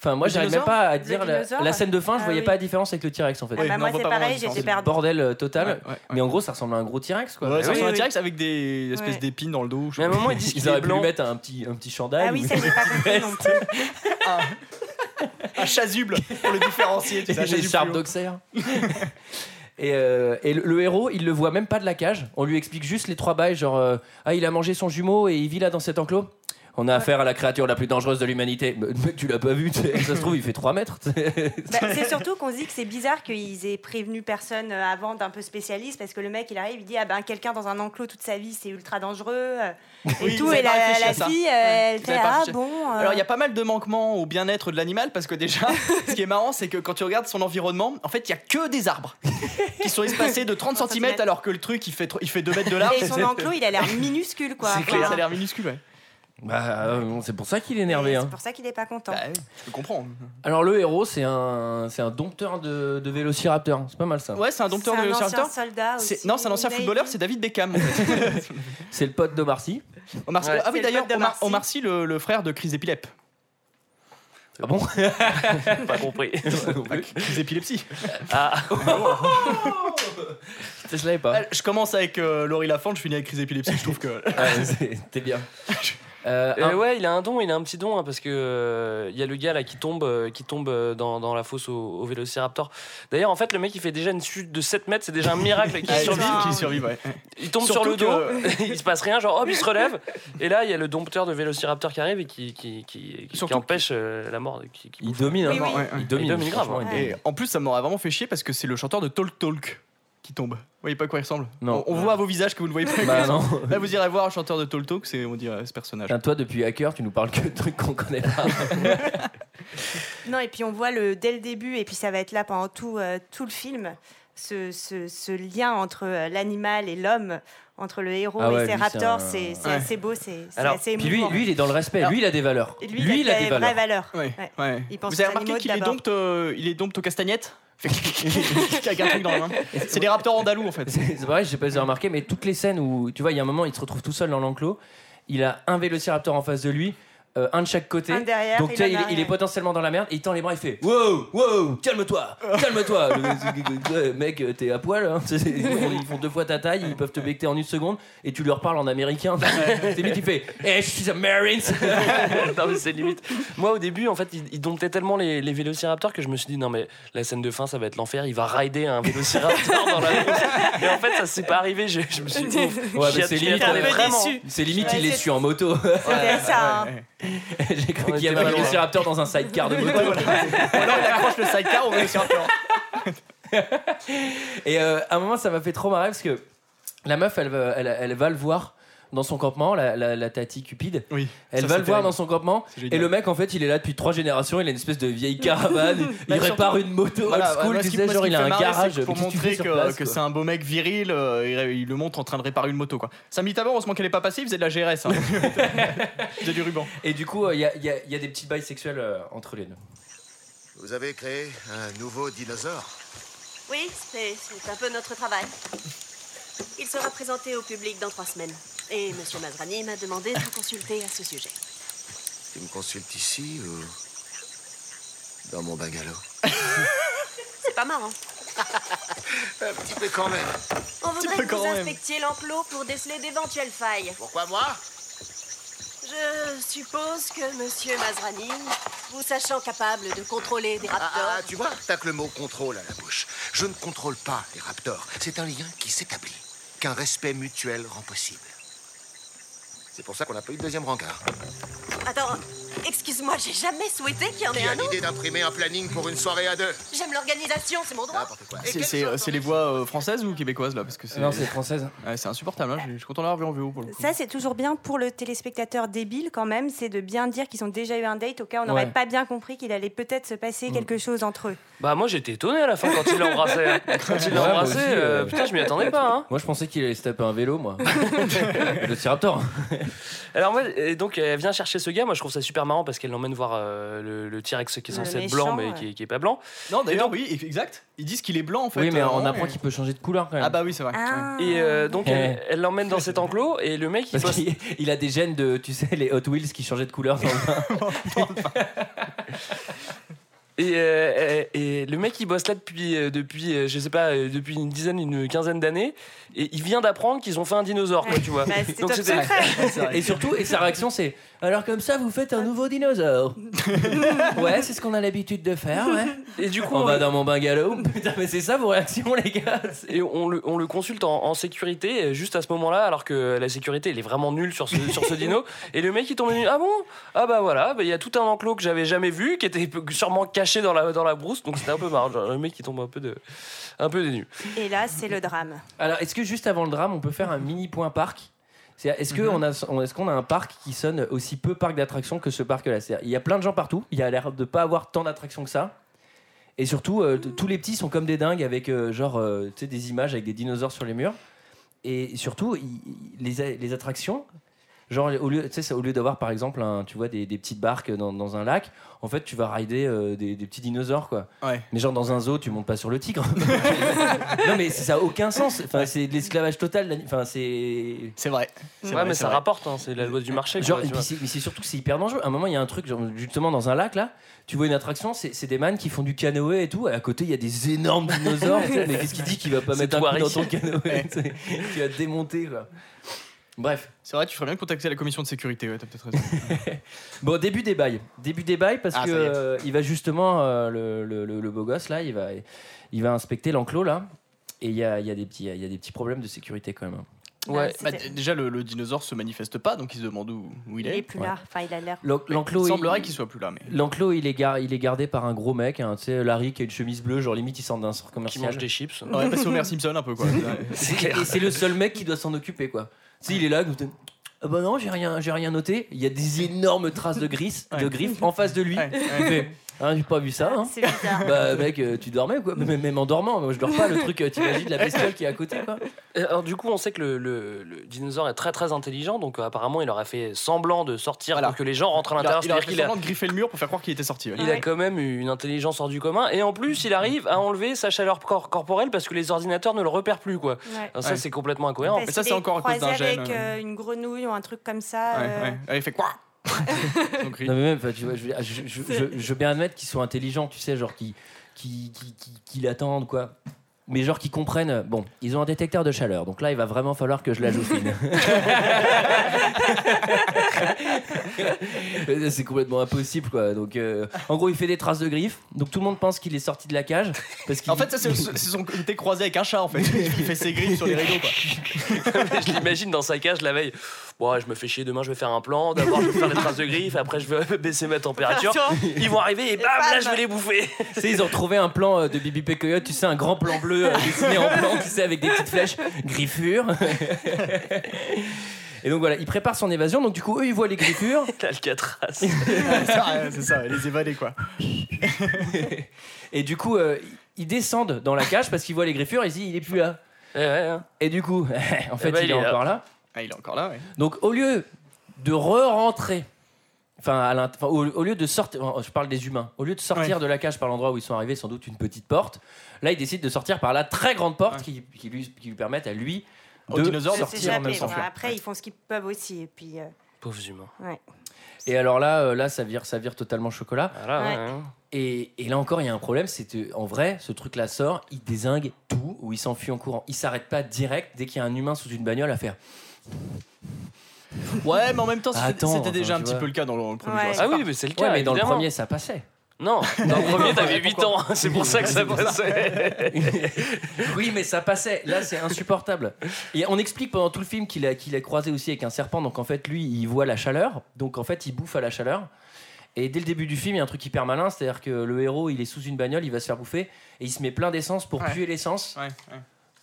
Enfin moi
Le
j'arrive même
dinosaure
pas à dire la,
dinosaure
la scène de fin. Je
Ah
voyais
oui.
pas la différence avec le T-Rex en fait.
Ah
Oui,
bah
non, on
moi,
voit
c'est
pas vraiment la
pareil, j'étais
différence.
perdue.
Bordel euh,
Ah,
total.
Ouais, ouais, ouais.
Mais en gros ça ressemble à un gros T-Rex quoi.
Ouais, ça
oui,
ressemble à un
oui.
T-Rex avec des espèces
Ouais.
d'épines dans le dos. je sais
Mais à un
pas.
moment, ils disent
Ils
qu'il est
auraient pu lui
blanc.
mettre un petit un petit chandail.
Ah oui,
ou- (laughs)
(laughs)
ça, j'ai pas compris non plus.
Un chasuble pour le différencier.
(laughs)
tu sais, un
des
chasuble
écharpes
plus haut.
d'Auxerre. Et, euh, et le, le héros, il le voit même pas de la cage. On lui explique juste les trois bails, genre euh, ah il a mangé son jumeau et il vit là dans cet enclos. On a affaire à la créature la plus dangereuse de l'humanité. Mais mec, tu l'as pas vu, t'sais. ça se trouve, il fait 3 mètres. t'sais.
Bah, c'est surtout qu'on se dit que c'est bizarre qu'ils aient prévenu personne euh, avant d'un peu spécialiste parce que le mec il arrive il dit ah ben quelqu'un dans un enclos toute sa vie c'est ultra dangereux euh, et
Oui,
tout
vous avez
et
pas
la,
réfléchi
la
à ça.
fille euh,
Ouais.
elle
Vous
fait
avez pas
ah
réfléchi.
bon euh,
Alors, il y a pas mal de manquements au bien-être de l'animal parce que (laughs) déjà, ce qui est marrant, c'est que quand tu regardes son environnement, en fait, il y a que des (laughs) arbres qui sont espacés de 30 cm alors que le truc, il fait, tr- il fait 2 mètres de large. (laughs)
et son enclos il a l'air minuscule quoi
C'est clair,
Enfin,
ça a l'air minuscule, ouais.
(laughs) Bah, euh, bon, c'est pour ça qu'il est énervé. hein.
c'est pour ça qu'il est pas content
Bah, Je comprends.
Alors, le héros, c'est un, c'est un dompteur de, de vélociraptor. C'est pas mal ça.
Ouais, c'est un dompteur
C'est
de
un ancien
Charlton.
soldat
C'est-
Ah aussi,
Non, c'est un ancien
Navy.
footballeur, c'est David Beckham.
(laughs)
en fait.
C'est le pote d'Omar Sy.
Omar Sy-
Ouais.
Ah oui,
C'est le
d'ailleurs,
pote d'Omar
Omar,
Sy.
Omar Sy, le, le frère de Chris
(laughs)
Epilep.
Ah bon
Pas compris.
Crise d'épilepsie.
Ah.
je l'avais pas.
Je commence avec euh, Laurie Lafont, je finis avec crise d'épilepsie. Je trouve
(laughs)
que.
Ah, (laughs) T'es bien.
Euh, ouais, il a un don, il a un petit don hein, parce que euh, il y a le gars là qui tombe, euh, qui tombe euh, dans, dans la fosse au, au Vélociraptor. D'ailleurs, en fait, le mec il fait déjà une chute de 7 mètres, c'est déjà un miracle
(laughs)
qu'il
Ah,
survive.
Qui survit, ouais.
Il tombe sur
Surtout
le dos, (laughs) il se passe rien, genre hop, il se relève. Et là, il y a le dompteur de Vélociraptor qui arrive et qui, qui, qui, qui, qui empêche euh, la mort. Qui, qui
Il
bouffe.
domine, hein,
Oui, oui.
ouais,
Il
il domine,
domine grave,
franchement,
hein.
il
Et en plus, ça m'aurait vraiment fait chier parce que c'est le chanteur de Talk Talk qui tombe. Vous voyez pas à quoi il ressemble
Non.
On, on voit à vos visages que vous ne voyez pas.
Bah non. (laughs)
Là, vous irez voir un chanteur de Talk Talk, c'est on dirait ce personnage.
Putain, toi, depuis Hacker, tu nous parles que de trucs qu'on connaît pas.
Non, et puis on voit le, dès le début, et puis ça va être là pendant tout, euh, tout le film, ce, ce- ce lien entre euh, l'animal et l'homme, entre le héros
Ah ouais,
et
lui,
ses
c'est
raptors,
un-
c'est c'est
Ouais.
assez beau, c'est c'est
Alors,
assez
puis lui,
émouvant.
lui, il est dans le respect. Lui, il a des valeurs.
Et lui, il a des vraies valeurs.
Ouais,
Ouais.
ouais.
Il pense
Vous avez
aux
remarqué
animaux
qu'il est
d'abord.
dompte, euh, il est dompte
(laughs)
aux castagnettes (laughs) Il a un truc dans la main. C'est des raptors andalous en fait.
C'est pareil, je sais pas si vous avez remarqué, mais toutes les scènes où, tu vois, il y a un moment, il se retrouve tout seul dans l'enclos, il a un vélociraptor en face de lui, euh, un de chaque côté.
Un derrière,
Donc,
et
tu vois,
l'un
il,
derrière.
il
(laughs)
est potentiellement dans la merde, et il tend les bras, il fait Wow, wow, calme-toi, calme-toi. Le- le- Mec, euh, t'es à poil, hein. C'est- ils font deux fois ta taille, ils peuvent te becter en une seconde, et tu leur parles en américain. (laughs) C'est lui qui fait Eh, je suis un Marines
(laughs) non mais c'est limite. Moi au début en fait ils, ils domptaient tellement les, les vélociraptors que je me suis dit non mais la scène de fin ça va être l'enfer, il va rider un vélociraptor (laughs) dans la course. Et en fait ça s'est pas arrivé, je, je me suis
(laughs)
dit ouf,
Ouais, mais
chiat,
bah, c'est
chiat,
limite,
on
on est
est vraiment-
C'est limite,
Ouais,
il les
c'est-
suit en moto.
C'était ça, hein.
J'ai cru
On
qu'il y
était
avait un
pas loin.
vélociraptor dans un sidecar de moto.
Alors il accroche le sidecar au vélociraptor.
Et euh, à un moment, ça m'a fait trop marrer parce que la meuf, elle, va- elle, elle va le voir dans son campement, la, la, la tati cupide.
Oui.
Elle
Ça,
va
c'est
le voir
terrible.
dans son campement.
C'est
Et
génial.
le mec, en fait, il est là depuis trois générations. Il a une espèce de
(laughs)
vieille caravane. il
Bah,
répare
surtout-
une moto
Voilà,
old school.
moi, ce
tu
qui-
sais,
moi, ce
genre,
qui
il a
me
un
fait marrer, c'est
garage.
que pour
Qu'est-ce que tu fais
montrer
sur
que,
place,
que
quoi
c'est un beau mec viril. euh, il, il le montre en train de réparer une moto. Quoi. Cinq minutes avant, on se manquait qu'elle est pas passée, il faisait de la
(laughs)
GRS. Hein. il faisait du ruban.
Et du coup, euh, il y, a, il y a- il y a des petites bails sexuelles euh, entre les deux.
Vous avez créé un nouveau dinosaure.
Oui, c'est c'est un peu notre travail. Il sera présenté au public dans trois semaines. Et M. Mazrani m'a demandé de vous consulter à ce sujet.
Tu me consultes ici ou dans mon bungalow
C'est pas marrant.
(laughs) Un petit peu quand même.
On
Tu
voudrait
peux
que vous
quand même.
inspectiez l'enclos pour déceler d'éventuelles failles.
Pourquoi moi
Je suppose que Monsieur Mazrani, vous sachant capable de contrôler des raptors...
Ah, tu vois, t'as que le mot contrôle à la bouche. Je ne contrôle pas les raptors. C'est un lien qui s'établit, qu'un respect mutuel rend possible. C'est pour ça qu'on n'a pas eu de deuxième rencard.
Attends, excuse-moi, j'ai jamais souhaité qu'il y en
ah. Qui
ait
a
un autre.
l'idée d'imprimer un planning pour une soirée à deux
J'aime l'organisation, c'est mon droit.
C'est- C'est euh, c'est les voix euh, françaises ou québécoises là parce que
Non, c'est française.
Ouais, c'est insupportable. hein. Je je suis content d'avoir vu en VO pour le coup.
Ça, c'est toujours bien pour le téléspectateur débile quand même, c'est de bien dire qu'ils ont déjà eu un date au cas où on n'aurait
Ouais.
pas bien compris qu'il allait peut-être se
Mm.
passer quelque chose entre eux.
Bah moi j'étais étonné à la fin quand il l'a embrassé.
(laughs)
hein. Quand il l'a
Ouais, moi
embrassé,
aussi,
euh,
euh,
putain je m'y attendais
(laughs)
pas. hein.
Moi, je pensais qu'il allait se taper un vélo,
(laughs)
moi. le Tiraptor.
Alors moi, et donc elle vient chercher ce gars, moi je trouve ça super marrant parce qu'elle l'emmène voir euh, le, le T-Rex qui est
Le
censé être
méchant,
blanc mais
ouais.
qui, est- qui est pas blanc.
Non, d'ailleurs, oui, exact. Ils disent qu'il est blanc en fait.
Oui, mais
euh,
on
vraiment,
apprend
et-
qu'il peut changer de couleur quand même.
Ah bah oui, c'est vrai.
Et
Ah.
euh, donc
Ouais.
elle- elle l'emmène dans cet enclos et le mec il
Parce
bosse-
qu'il il a des gènes de, tu sais, les Hot Wheels qui changeaient de couleur dans le-
Et, euh, et- et le mec, il bosse là depuis, euh, depuis euh, je sais pas, euh, depuis une dizaine, une quinzaine d'années. Et il vient d'apprendre qu'ils ont fait un dinosaure, quoi,
Ouais.
tu
(laughs)
vois.
Bah, c'était top secret. Et surtout, et sa réaction, c'est Alors, comme ça, vous faites
Ah.
un nouveau
(laughs)
dinosaure. ouais, c'est ce qu'on a l'habitude de faire, ouais.
Et du coup,
On va dans
mon bungalow.
(laughs)
Putain, mais c'est ça vos réactions, les gars. Et on le, on le consulte en, en sécurité euh, juste à ce moment-là, alors que la sécurité, elle est vraiment nulle sur ce, sur ce dino. Et le mec, il tombe nu. Ah bon Ah bah voilà, bah, il y a tout un enclos que j'avais jamais vu, qui était sûrement caché dans la, dans la brousse. Donc c'était un peu marrant. Genre, le mec, il tombe un peu de, un peu dénu.
Et là, c'est le drame.
Alors, est-ce que juste avant le drame, on peut faire un mini point parc C'est-à-dire, est-ce que on a- on- est-ce qu'on a, un parc qui sonne aussi peu parc d'attractions que ce parc-là C'est-à-dire, Il y a plein de gens partout, il y a l'air de pas avoir tant d'attractions que ça. Et surtout, euh, t- tous les petits sont comme des dingues avec euh, genre euh, tu sais, des images avec des dinosaures sur les murs. Et surtout, il- il- les, a- les attractions, genre au lieu, tu sais, ça, au lieu d'avoir par exemple un- tu vois, des, des petites barques dans, dans un lac, en fait tu vas rider euh, des, des petits dinosaures quoi.
Ouais.
Mais genre dans un zoo, tu montes pas sur le tigre. non mais ça a aucun sens. Enfin, c'est de l'esclavage total. la- Enfin, c'est.
C'est vrai.
Ouais, mais ça rapporte, hein, c'est la loi du marché.
Genre,
quoi,
et
tu
puis
vois.
c'est- mais c'est surtout que c'est hyper dangereux. À un moment, il y a un truc, genre, justement, dans un lac, là, tu vois une attraction, c'est c'est des man qui font du canoë et tout. Et à côté, il y a des énormes dinosaures. tu sais, mais qu'est-ce qui dit qu'il va pas
C'est
mettre un
toi,
coup dans ton
Rick.
canoë tu sais, Tu vas te démonter, quoi. Bref.
C'est vrai, tu ferais bien de contacter la commission de sécurité, ouais, t'as peut-être raison.
Bon, début des bails. Début des bails parce
Ah,
que
ça y est.
euh, il va justement, euh, le, le- le- le beau gosse, là, il va, il va inspecter l'enclos, là. Et il y a, il y a des petits il y a des petits problèmes de sécurité, quand même. hein.
Ouais, bah, d- déjà le, le dinosaure se manifeste pas, donc il se demande où, où il
Il
est.
est plus là. Enfin, il a l'air.
L'en- L'enclos,
Il semblerait qu'il soit plus là, mais.
L'enclos, il est, gar- il est gardé par un gros mec, hein, tu sais, Larry qui a une chemise bleue, genre limite il sort d'un centre commercial.
mange des chips.
Ouais, bah, c'est Homer Simpson un peu (laughs) quoi.
C'est- et c'est le seul mec qui doit s'en occuper quoi. Tu sais, il est là, comme ça, ah bah non, j'ai rien, j'ai rien noté. Il y a des énormes traces de griffes, de griffes en face de lui. (laughs) Il fait, Hein, j'ai pas vu ça. hein. (laughs)
C'est bizarre.
Bah mec, euh, tu dormais ou quoi même, même en dormant, moi je dors pas. Le truc, euh, t'imagines la bestiole qui est à côté quoi.
Et Alors du coup, on sait que le, le- le dinosaure est très très intelligent, donc euh, apparemment il aurait fait semblant de sortir pour que les gens rentrent à
Il a-
l'intérieur.
il aurait
c'est-à-dire
fait
qu'il a-
semblant de griffer le mur pour faire croire qu'il était sorti. ouais.
il a quand même eu une intelligence hors du commun et en plus il arrive à enlever sa chaleur cor- corporelle parce que les ordinateurs ne le repèrent plus quoi.
Ouais.
Alors ça
Ouais.
c'est
(laughs)
complètement incohérent.
Parce qu'il est croisé avec euh, une grenouille ou un truc comme ça. euh,
Il fait (laughs) quoi
Non mais même, enfin, tu vois, je, veux dire, je, je- je- je veux bien admettre qu'ils soient intelligents, tu sais, genre qui qui qui, qui- qui l'attendent quoi. Mais genre qui comprennent. Bon, ils ont un détecteur de chaleur, donc là il va vraiment falloir que je la joue
(laughs)
fine. C'est complètement impossible quoi. Donc euh, en gros il fait des traces de griffes, donc tout le monde pense qu'il est sorti de la cage parce qu'il.
En fait, ça, c'est c'est son côté croisé avec un chat en (laughs) fait. Il fait ses griffes sur les rideaux quoi.
je l'imagine dans sa cage la veille. Bon, je me fais chier demain, je vais faire un plan. D'abord je vais faire les traces de griffes, après je vais (laughs) baisser ma température. Ils vont arriver et bam là je vais les bouffer.
Tu sais, ils ont retrouvé un plan euh, de Bibi Coyote, tu sais, un grand plan bleu euh, dessiné en blanc, tu sais, avec des petites flèches, griffures. Et donc voilà, ils préparent son évasion, donc du coup, eux, ils voient les griffures.
(laughs) L'Alcatraz. Eh
Ouais, (laughs) c'est ça, ouais, c'est ça, les évader quoi.
Et du coup, euh, ils descendent dans la cage parce qu'ils voient les griffures et ils disent, il est plus là.
hein.
Et du coup, (laughs) en fait,
Eh ben,
il, est encore là.
Ah, il est encore là, ouais.
Donc au lieu de re-rentrer, enfin, à l'int- enfin, au, au lieu de sortir, enfin, je parle des humains, au lieu de sortir de la cage par l'endroit où ils sont arrivés, sans doute une petite porte, là ils décident de sortir par la très grande porte qui, qui lui, qui lui permettent à lui
Au
de
dinosaure,
je sais
sortir
jamais,
même sans
enfin,
fuir.
Après, ils font ce qu'ils peuvent aussi. Et puis, euh,
Pauvres humains.
ouais.
Et alors là, euh, là ça, vire, ça vire totalement chocolat.
Ah
Voilà, ouais, Ouais. hein.
Et, et là encore, il y a un problème, c'est que, en vrai, ce truc-là sort, il désingue tout, ou il s'enfuit en courant. Il s'arrête pas direct dès qu'il y a un humain sous une bagnole à faire.
Ouais, mais en même temps, c'était-
Attends,
c'était déjà
enfin,
un
tu
petit
vois.
peu le cas dans le, premier
Ouais.
Jurassic
Ah oui,
Park.
mais c'est le cas, Ouais, mais dans le évidemment. premier, ça passait.
Non, dans le
(laughs)
premier t'avais 8 ans, (laughs) c'est pour ça que ça
C'est ça.
passait.
(laughs) Oui, mais ça passait. Là, c'est insupportable. Et on explique pendant tout le film qu'il a, qu'il a croisé aussi avec un serpent. Donc, en fait, lui, il voit la chaleur. Donc, en fait, il bouffe à la chaleur. Et dès le début du film, il y a un truc hyper malin. C'est-à-dire que le héros, il est sous une bagnole, il va se faire bouffer. Et il se met plein d'essence pour puer l'essence.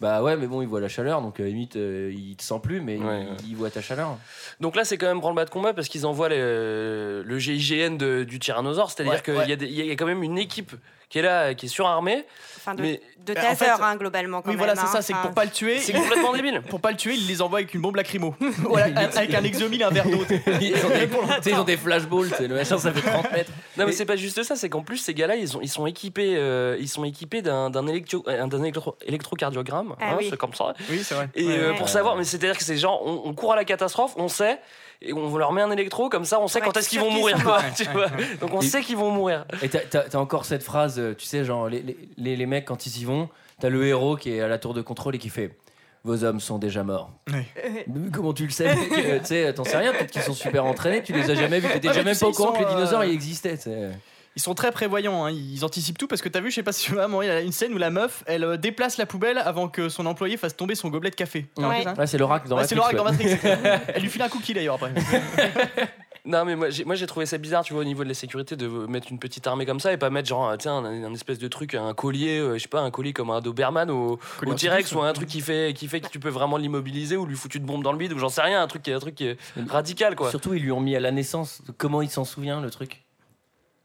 Bah ouais, mais bon, il voit la chaleur. Donc, euh, limite, euh, il te sent plus, mais il- il, voit ta chaleur.
Donc là, c'est quand même branle-bas de combat parce qu'ils envoient le, le GIGN de- du tyrannosaure, c'est-à-dire
Ouais,
qu'il
ouais.
y, a des- il y a quand même une équipe qui est là, qui est surarmée.
Enfin, de,
Mais-
de
Bah, en
taser,
fait-
hein, globalement. Quand
Oui,
même,
voilà, c'est
hein,
ça, c'est que
enfin,
pour pas le
tuer.
C'est complètement débile.
Pour pas le tuer, il les envoie avec une bombe (laughs) lacrymo. Voilà, avec un exomile, un verre d'eau.
(laughs) Ils ont des- (laughs) tu sais, ils ont des flashballs, tu sais, le machin ça fait 30 mètres.
(laughs)
Non mais c'est pas juste ça, c'est qu'en plus ces gars-là ils, ont- ils sont équipés, euh, ils sont équipés d'un d'un électro- euh, d'un électro- électrocardiogramme homme,
Ah
hein,
oui.
c'est comme ça.
Oui, c'est vrai.
Et
Ouais.
euh,
Ouais.
pour savoir, mais c'est-à-dire que c'est genre, on, on court à la catastrophe, on sait, et on leur met un électro, comme ça, on sait
Ouais,
quand est-ce qu'ils vont
sûr qu'ils
mourir,
sont
quoi,
morts.
(laughs) tu vois. Donc on
Et-
sait qu'ils vont mourir.
Et t'as- t'as t'as encore cette phrase, euh, tu sais, genre, les, les- les, les mecs, quand ils y vont, t'as le héros qui est à la tour de contrôle et qui fait Vos hommes sont déjà morts.
(laughs)
Mais Comment tu le sais mec Euh, Tu sais, t'en sais rien, peut-être qu'ils sont super entraînés, tu les as jamais vus, t'étais
Ouais,
déjà
mais tu
même
sais,
pas au
ils
courant que
sont,
les
euh,
dinosaures ils existaient. tu sais.
Ils sont très prévoyants, hein, ils anticipent tout parce que t'as vu, je sais pas si tu vois, mais il y a une scène où la meuf elle euh, déplace la poubelle avant que son employé fasse tomber son gobelet de café. T'as remarqué ça
Ouais, c'est l'oracle dans
Hein Ouais,
Matrix,
c'est l'oracle dans
ouais.
Matrix.
(laughs)
elle lui file un cookie d'ailleurs après.
Non, mais moi j'ai, moi, j'ai trouvé ça bizarre, tu vois, au niveau de la sécurité, de mettre une petite armée comme ça et pas mettre genre, tiens, un, un espèce de truc, un collier, euh, je sais pas, un collier comme un Doberman au,
Collier
au T-Rex
anti-bus,
ou un truc qui fait, qui fait que tu peux vraiment l'immobiliser ou lui foutre une bombe dans le bide ou j'en sais rien, un truc qui est, un truc qui est
Mm.
radical, quoi.
Surtout, ils lui ont mis à la naissance, comment il s'en souvient le truc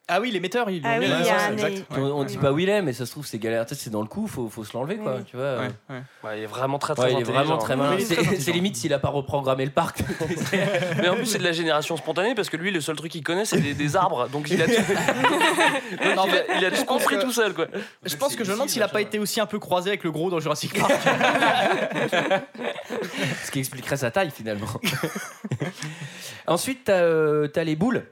Ah oui, l'émetteur, il lui
Ah
ont mis
oui,
la
il y a
sauce,
un
exact.
On, on dit pas où il est, mais ça se trouve, c'est galère. Tu sais, C'est dans le coup, faut, faut se l'enlever, quoi.
Oui.
Tu vois euh.
Ouais, ouais.
Ouais, il est vraiment très très
Ouais, il est
intelligent. hein.
vraiment très malin.
Oui, il est très
C'est c'est
intelligent.
limite s'il a pas reprogrammé le
(laughs)
parc.
Mais en plus, c'est de la génération spontanée parce que lui, le seul truc qu'il connaît, c'est des, des arbres. Donc il a
(laughs)
tout,
Non, en
il
fait,
a, il a tout compris tout seul, quoi.
je pense que je me demande s'il a pas été aussi un peu croisé avec le gros dans
(laughs)
Jurassic Park.
Ce qui expliquerait sa taille finalement. (laughs) Ensuite, t'as euh, t'as les boules.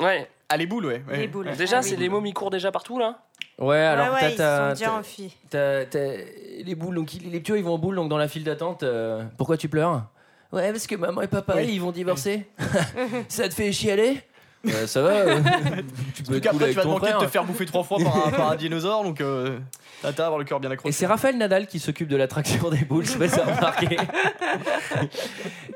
Ouais.
ah, les boules, ouais. ouais.
Les boules.
Déjà,
Ah oui.
c'est les mômes, ils courent déjà partout, là.
Ouais, alors
ouais,
t'as-
ouais, ils
t'as-
sont déjà
t'as-
en fille.
t'as- t'as les boules. Donc ils- les tuyaux ils vont en boule donc dans la file d'attente. euh, pourquoi tu pleures Ouais, parce que maman et papa
Oui.
ils vont
(laughs)
divorcer. (laughs) ça te fait chialer Euh, Ça va. (laughs) euh, tu peux être cool
Parce qu'après,
avec
tu vas te
ton
manquer
frère.
de te faire bouffer trois fois par un, par un dinosaure, donc euh, t'as intérêt à avoir le cœur bien accroché.
Et c'est Raphaël Nadal qui s'occupe de l'attraction des boules, je sais pas si t'as
(laughs)
remarqué.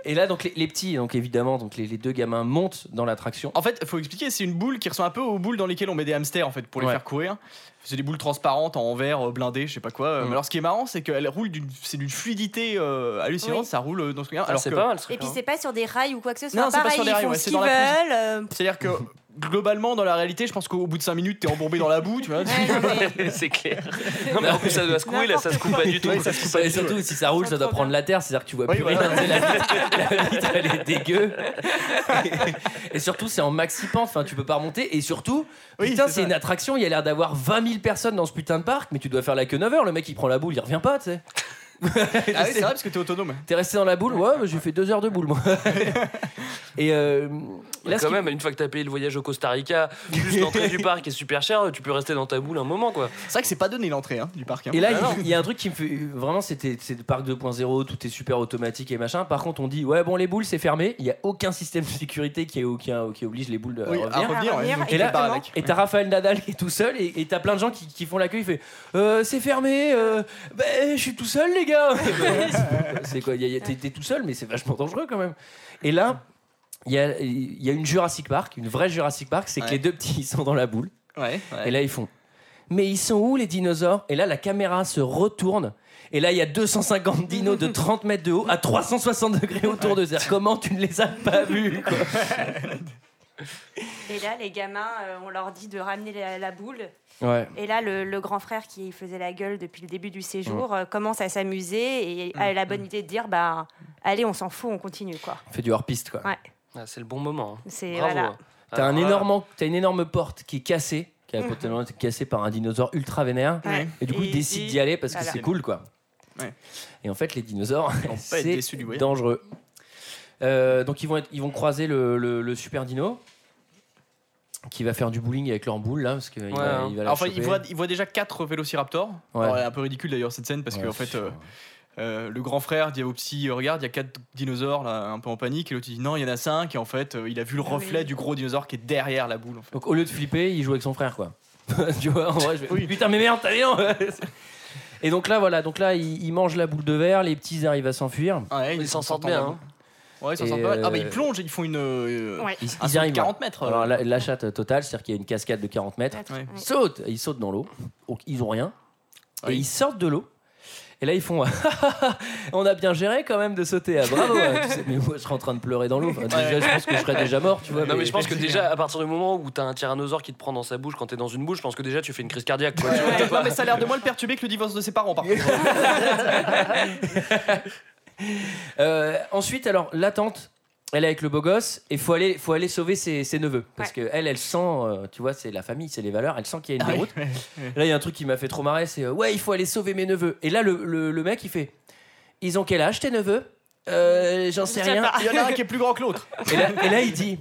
Et là, donc les, les petits, donc évidemment, donc les, les deux gamins montent dans l'attraction.
En fait, faut expliquer, c'est une boule qui ressemble un peu aux boules dans lesquelles on met des hamsters en fait pour les
Ouais.
faire courir. C'est des boules transparentes en verre euh, blindé, je sais pas quoi.
Mm.
Euh, Mais alors, ce qui est marrant, c'est qu'elle roule d'une, c'est d'une fluidité euh, hallucinante.
Oui.
Ça roule euh, dans ce regard.
Ah,
Alors
c'est
que,
pas mal, ce
Et
truc.
puis
hein.
c'est pas sur des rails ou quoi que ce soit.
Non, c'est pas
Pareil,
sur des
ils
rails,
font
ouais,
ce
c'est
qu'ils
dans
veulent.
la prise.
euh,
(laughs)
c'est-à-dire que globalement, dans la réalité, je pense qu'au bout de 5 minutes, t'es embourbé dans la boue, tu vois. (laughs) Ah
ouais, non, mais-
hein. (laughs)
(laughs)
c'est clair. Non, mais en plus, ça doit se couper, là, ça se coupe pas du tout.
Ouais, ça se coupe pas
Et
du tout,
surtout, si ça roule, ça doit prendre la terre, c'est-à-dire que tu vois
Oui,
plus
voilà.
rien, tu sais, la vitre, la vitre, elle est dégueu. Et surtout, c'est en maxi pente, enfin, tu peux pas remonter. Et surtout,
Oui,
putain,
c'est
c'est
ça.
une attraction, il y a l'air d'avoir 20 000 personnes dans ce putain de parc, mais tu dois faire la queue 9 heures, le mec il prend la boule, il revient pas, tu sais.
Ah oui, c'est vrai parce que t'es autonome.
T'es resté dans la boule, ouais, mais j'ai fait deux heures de
(laughs)
boule, moi. Et euh, là, ce
Bah, quand
qui-
même, une fois que t'as payé le voyage au Costa (laughs) Rica, plus l'entrée du parc est super chère, tu peux rester dans ta boule un moment, quoi.
C'est vrai que c'est pas donné l'entrée hein, du parc. hein.
Et là, il- il y a un truc qui me fait. Vraiment, c'était c'est le parc 2.0, tout est super automatique et machin. Par contre, on dit, ouais, bon, les boules, c'est fermé. Il n'y a aucun système de sécurité qui, est, aucun- qui oblige les boules à
Oui, Euh, à
revenir.
revenir. ouais,
revenir,
donc
Et
tu
là,
te barres avec.
et t'as Raphaël Nadal qui est tout seul et et t'as plein de gens qui, qui font l'accueil. Il fait Euh, C'est fermé, euh, ben, je suis tout seul, les (laughs) gars. c'est quoi y a- y a- T'es t'es tout seul, mais c'est vachement dangereux quand même. Et là, il y a, il y a une Jurassic Park, une vraie Jurassic Park, c'est que
Ouais.
les deux petits ils sont dans la boule.
Ouais,
Et
ouais.
là, ils font. Mais ils sont où les dinosaures Et là, la caméra se retourne. Et là, il y a 250 dinos de 30 mètres de haut à 360 degrés autour de eux. Comment tu ne les as pas vus quoi
Et là, bah, les gamins, euh, on leur dit de ramener la, la boule.
Ouais.
Et là, le, le grand frère qui faisait la gueule depuis le début du séjour euh, commence à s'amuser et a la bonne idée de dire bah, allez, on s'en fout, on continue. quoi.
On fait du hors-piste, quoi.
Ouais.
Ah, c'est le bon moment. hein.
C'est
Bravo.
voilà.
T'as un
Alors là,
énorme, t'as une énorme porte qui est cassée, qui a
Mmh.
potentiellement été cassée par un dinosaure ultra vénère.
Ouais.
Et du coup, ils
Et-
décident
et-
d'y aller parce que
Voilà.
c'est cool, quoi.
Ouais.
Et en fait, les dinosaures,
pas être
c'est
déçus du voyage.
dangereux. Euh, donc, ils vont, être- ils vont croiser le, le- le super dino qui va faire du bowling avec leur boule là parce qu'il va,
Ouais.
il va la
Enfin,
choper.
il voit, il voit déjà 4 vélociraptors.
Ouais.
Alors, elle est un peu ridicule d'ailleurs cette scène parce
Ouais,
que en fait,
c'est
euh,
sûr.
euh, le grand frère dit au petit euh, Regarde, il y a 4 dinosaures là, un peu en panique. Et l'autre il dit Non, il y en a 5. Et en fait, euh, il a vu le reflet du gros dinosaure qui est derrière la boule. En fait.
Donc, au lieu de flipper, il joue avec son frère, quoi. (laughs) tu vois, en vrai, je vais-
Oui.
putain, mais merde, t'as rien Et donc là, voilà, donc là, il, il mange la boule de verre, les petits arrivent à s'enfuir.
Ouais,
Ils s'en sortent bien. hein.
Ouais, ils s'en
Et,
sortent pas mal. Ah, bah ils
euh,
plongent, ils font une. euh,
Ouais.
Ils,
un
ils
saut de
arrivent. hein.
40 mètres.
Oh
euh.
Alors la, la chatte totale, c'est-à-dire qu'il y a une cascade de 40 mètres.
Ouais.
Ils sautent, ils sautent dans l'eau, donc ils ont rien. Et
Oui.
ils sortent de l'eau. Et là, ils font (laughs) On a bien géré quand même de sauter. Ah, bravo hein. Tu sais, Mais moi, je serais en train de pleurer dans l'eau. Enfin, déjà, je pense que je serais déjà mort, tu vois.
Non mais
(laughs)
je pense que déjà à partir du moment où t'as un tyrannosaure qui te prend dans sa bouche quand t'es dans une bouche, je pense que déjà tu fais une crise
(laughs)
cardiaque. Quoi, tu vois.
Ouais, non, mais ça a l'air de moins le perturber que le divorce de ses parents, par contre.
Euh, ensuite, alors, l'attente. Elle est avec le beau gosse et faut aller, faut aller sauver ses, ses neveux. Parce que elle, elle sent, euh, tu vois, c'est la famille, c'est les valeurs, elle sent qu'il y a une
Ah oui.
déroute. Là, il y a un truc qui m'a fait trop marrer, c'est euh, ouais, il faut aller sauver mes neveux. Et là, le, le- le mec, il fait Ils ont quel âge tes neveux Euh, J'en sais
Je sais
rien.
pas. Il y en a un qui est plus grand que l'autre.
Et là, et là, il dit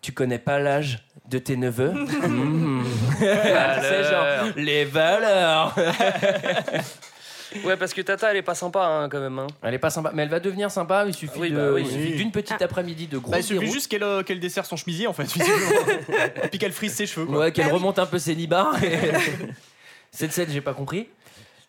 Tu connais pas l'âge de tes
(laughs)
neveux Mhm. C'est genre les valeurs.
Ouais, parce que Tata, elle est pas sympa hein, quand même. hein.
Elle est pas sympa, mais elle va devenir sympa. Il suffit
Oui,
de-
bah oui.
il suffit d'une petite après-midi de gros.
Bah, il suffit juste qu'elle euh, qu'elle dessert son chemisier en fait, (laughs) visiblement. Et puis qu'elle frise ses cheveux. Quoi.
Ouais, qu'elle remonte un peu ses (laughs) nibards. Cette scène, j'ai pas compris.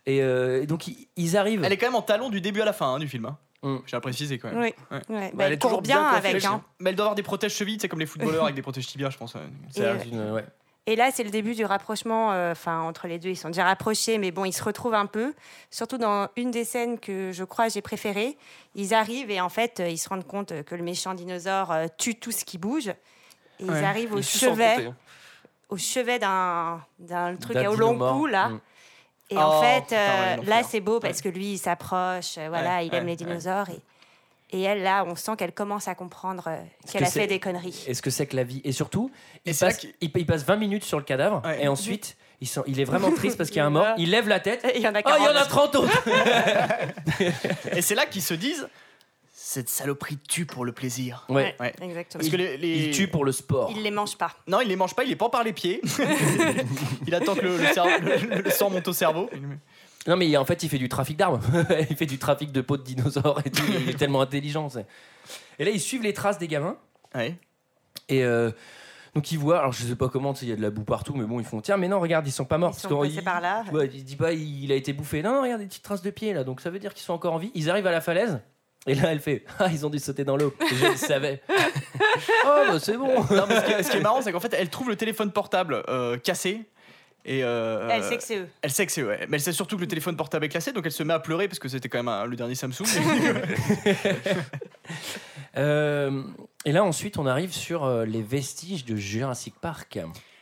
Et, euh, et donc, ils- ils arrivent.
Elle est quand même en talon du début à la fin hein, du film. Hein. J'ai à préciser quand même.
Oui.
Ouais.
Ouais. Bah, elle court bien
coiffée,
avec,
mais-
hein.
Mais elle doit avoir des protèges chevilles, c'est comme les footballeurs avec des protèges tibias, je pense. euh,
Et, euh, Et là, c'est le début du rapprochement euh, enfin, entre les deux. Ils sont déjà rapprochés, mais bon, ils se retrouvent un peu. Surtout dans une des scènes que je crois j'ai préférée. Ils arrivent et en fait, euh, ils se rendent compte que le méchant dinosaure euh, tue tout ce qui bouge. Et
Ouais.
ils arrivent au
Ils se sont comptés,
chevet,
hein.
au chevet d'un d'un truc
D'un
à au long
dino-mort.
cou, là.
Mm.
Et en
Oh,
fait,
putain, ouais,
euh,
l'enfer.
là, c'est beau parce que lui, il s'approche, euh, voilà,
Ouais,
il aime
ouais,
les dinosaures. Et, et elle, là, on sent qu'elle commence à comprendre euh, qu'elle
que
a fait
c'est-
des conneries.
Est-ce que c'est que la vie Et surtout, il passe, il, il passe 20 minutes sur le cadavre et ensuite, il, sent- il est vraiment triste parce qu'il y a un mort. (laughs) Il lève la tête.
(laughs) Il y en a
Oh, il y en a
40.
30 autres
Et c'est là qu'ils se disent Cette saloperie tue pour le plaisir.
Ouais.
Exactement.
Parce que les, les-
Il tue pour le sport.
Il les mange pas.
Non, il les mange pas, il les pend par
(laughs)
les pieds. il attend que le, le cerveau- le- le sang monte au cerveau.
Non, mais il- en fait, il fait du trafic d'armes. (laughs) il fait du trafic de peaux de dinosaures et tout. Il est tellement intelligent. c'est- Et là, ils suivent les traces des gamins. Et euh, donc, ils voient. Alors, je sais pas comment, tu sais, il y a de la boue partout, mais bon, ils font tiens, mais non, regarde, ils sont pas morts.
Ils
parce
sont
qu'en-
passés
ils-
par là.
Ouais, il dit pas, il a été bouffé. Non, non, regarde des petites traces de pied là. Donc ça veut dire qu'ils sont encore en vie. Ils arrivent à la falaise. Et là, elle fait Ah, ils ont dû sauter dans l'eau. Je le
(laughs)
savais. oh, bah, c'est bon.
Non, mais ce, qui est, ce
(laughs)
qui est marrant, c'est qu'en fait, elle trouve le téléphone portable euh, cassé. Et euh,
Elle sait que c'est eux.
Elle sait que c'est eux, ouais. mais elle sait surtout que le téléphone portable est cassé, donc elle se met à pleurer parce que c'était quand même un- le
(laughs)
dernier Samsung. (laughs)
Euh, et là, ensuite, on arrive sur euh, les vestiges de Jurassic Park.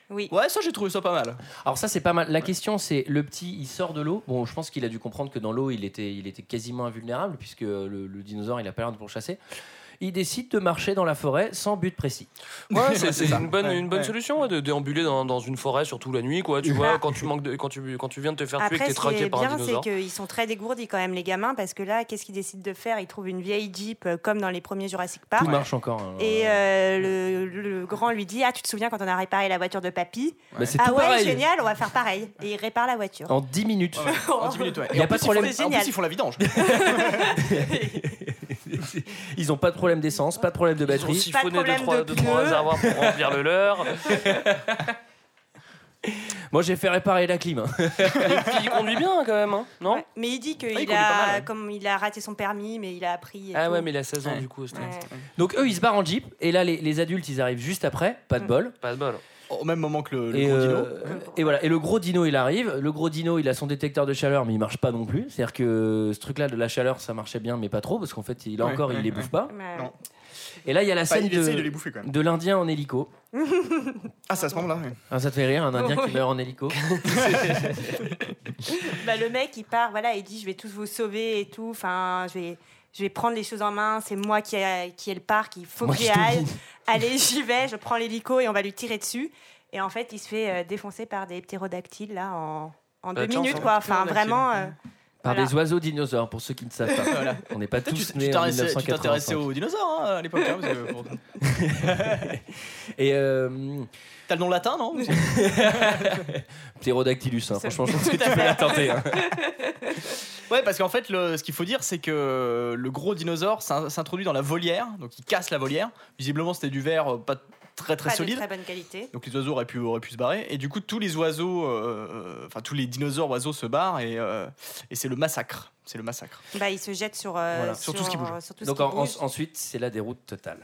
Oui.
Ouais, ça, j'ai trouvé ça pas mal.
Alors, ça, c'est pas mal. La question, c'est le petit, il sort de l'eau. Bon, je pense qu'il a dû comprendre que dans l'eau, il était, il était quasiment invulnérable, puisque le, le dinosaure, il a pas l'air de pourchasser. Il décide de marcher dans la forêt sans but précis.
Ouais,
(laughs)
c'est c'est une bonne,
Ouais,
une bonne
ouais.
solution ouais, de déambuler dans, dans une forêt, surtout la nuit, quoi. Tu vois, quand tu, manques de, quand, tu, quand tu viens de te faire tuer et que
Après,
t'es
ce qui
traqué
est
par un
bien, c'est
dinosaure.
qu'ils sont très dégourdis quand même, les gamins, parce que là, qu'est-ce qu'ils décident de faire Ils trouvent une vieille Jeep euh, comme dans les premiers Jurassic Park.
Tout marche encore. hein.
Ah Et euh, le, le grand lui dit Ah, tu te souviens quand on a réparé la voiture de papy
Bah, c'est
Ah
tout
ouais,
pareil.
génial, on va faire pareil. Et il répare la voiture.
En 10 minutes.
En 10
(laughs)
minutes, ouais.
Il y a
en
pas
plus,
de problème.
Ils font, en plus, ils font la
(laughs)
vidange.
Ils ont pas de problème d'essence, pas de problème de
Ils ont
batterie.
siphonné deux, trois, deux, trois réservoirs pour remplir
(laughs)
le leur.
Moi, j'ai fait réparer la clim. hein.
Il conduit bien quand même, hein, non
Mais il dit qu'il
il conduit pas
a,
mal, ouais.
comme il a raté son permis, mais il a appris. et
Ah
tout.
ouais, mais il a 16 ans
Ouais.
du coup. c'était-
Donc, eux, ils se barrent en jeep. Et là, les, les adultes, ils arrivent juste après. Pas
Mm.
de bol.
Pas de bol.
Au même moment que le, le
Et,
gros
euh,
dino.
et voilà. Et le gros dino, il arrive. Le gros dino, il a son détecteur de chaleur, mais il marche pas non plus. C'est-à-dire que ce truc-là de la chaleur, ça marchait bien, mais pas trop, parce qu'en fait, il là
Ouais,
encore,
ouais,
il les
ouais.
bouffe pas.
Ouais.
Et là, il y a la
Enfin,
scène
il essaye de les bouffer, quand
de,
même.
de l'Indien en hélico.
Ah, c'est à ce moment-là. ouais.
Ah, ça te fait rire, un Indien qui
(laughs)
Oui.
meurt en hélico.
Bah, le mec, il part, voilà, il dit Je vais tous vous sauver et tout. Enfin, je vais, je vais prendre les choses en main. C'est moi qui, ai- qui ai le parc. Il faut
Moi
que
qui
j'y
domine.
aille. (laughs) Allez, j'y vais. Je prends l'hélico et on va lui tirer dessus. Et en fait, il se fait euh, défoncer par des ptérodactyles, là, en, en
Bah,
deux
tiens,
minutes,
ça.
quoi. Enfin, vraiment. euh,
(laughs) Par
Voilà.
des oiseaux dinosaures, pour ceux qui ne savent pas.
(laughs) Voilà.
On n'est pas
Toi, tu
tous
tu
nés en
t'intéressais- tu
1985.
t'intéressais aux dinosaures hein, à l'époque. hein, parce que, bon.
Et euh,
(laughs) T'as le nom latin, non
Pterodactylus, hein.
C'est-
franchement, je pense que tu peux la tenter. hein.
Ouais, parce qu'en fait, le- ce qu'il faut dire, c'est que le gros dinosaure s'in- s'introduit dans la volière, donc il casse la volière. Visiblement, c'était du verre euh, pas très très
pas
solide.
de très bonne qualité.
Donc les oiseaux auraient pu, auraient pu se barrer. Et du coup, tous les oiseaux, euh, enfin tous les dinosaures oiseaux se barrent et, euh, et c'est le massacre. C'est le massacre.
Bah, il se jette sur, euh,
Voilà, sur tout ce qui bouge.
sur tout ce
Donc
qui
en- en-
bouge.
ensuite, c'est la déroute totale.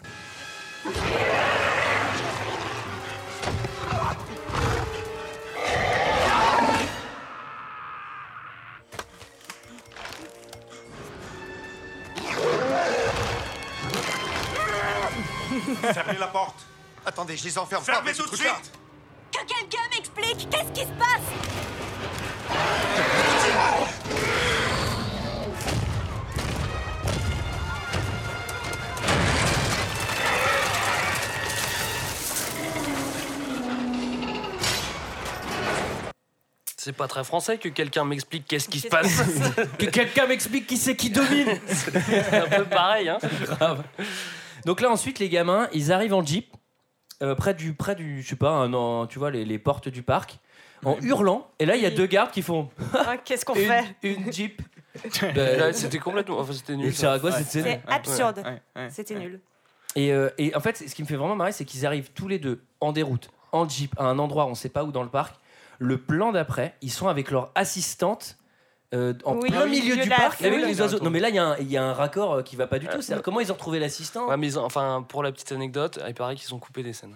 Fermez la porte. Attendez, je les enferme.
Fermez
pas,
tout de
ce truc-là.
suite.
Que quelqu'un m'explique Qu'est-ce qui se passe
C'est pas très français que quelqu'un m'explique qu'est-ce qui se passe.
que quelqu'un m'explique qui c'est qui domine.
C'est (laughs) un peu pareil, hein.
Grave. Ah Donc là ensuite les gamins, ils arrivent en jeep euh, près du près du je sais pas un- en- tu vois les, les portes du parc en hurlant et là il y a deux gardes qui font
Ah, Qu'est-ce qu'on
Une-
fait
une jeep. Ben,
Là, C'était complètement. Enfin, c'était nul.
Et ça, quoi,
Ouais.
cette scène
C'est absurde.
ouais, ouais.
C'était nul.
Et, euh, et en fait, ce qui me fait vraiment marrer, c'est qu'ils arrivent tous les deux en déroute, en jeep, à un endroit, on sait pas où dans le parc. Le plan d'après, ils sont avec leur assistante. euh, en
Oui,
plein
au
milieu,
milieu
du
de la
parc
foule.
avec les oiseaux.
Attends.
Non mais là il y, a un- il y a un raccord euh, qui va pas du tout. C'est-à-dire, comment ils ont retrouvé l'assistant
Ouais, mais ils ont- enfin, pour la petite anecdote, il paraît qu'ils ont coupé des scènes.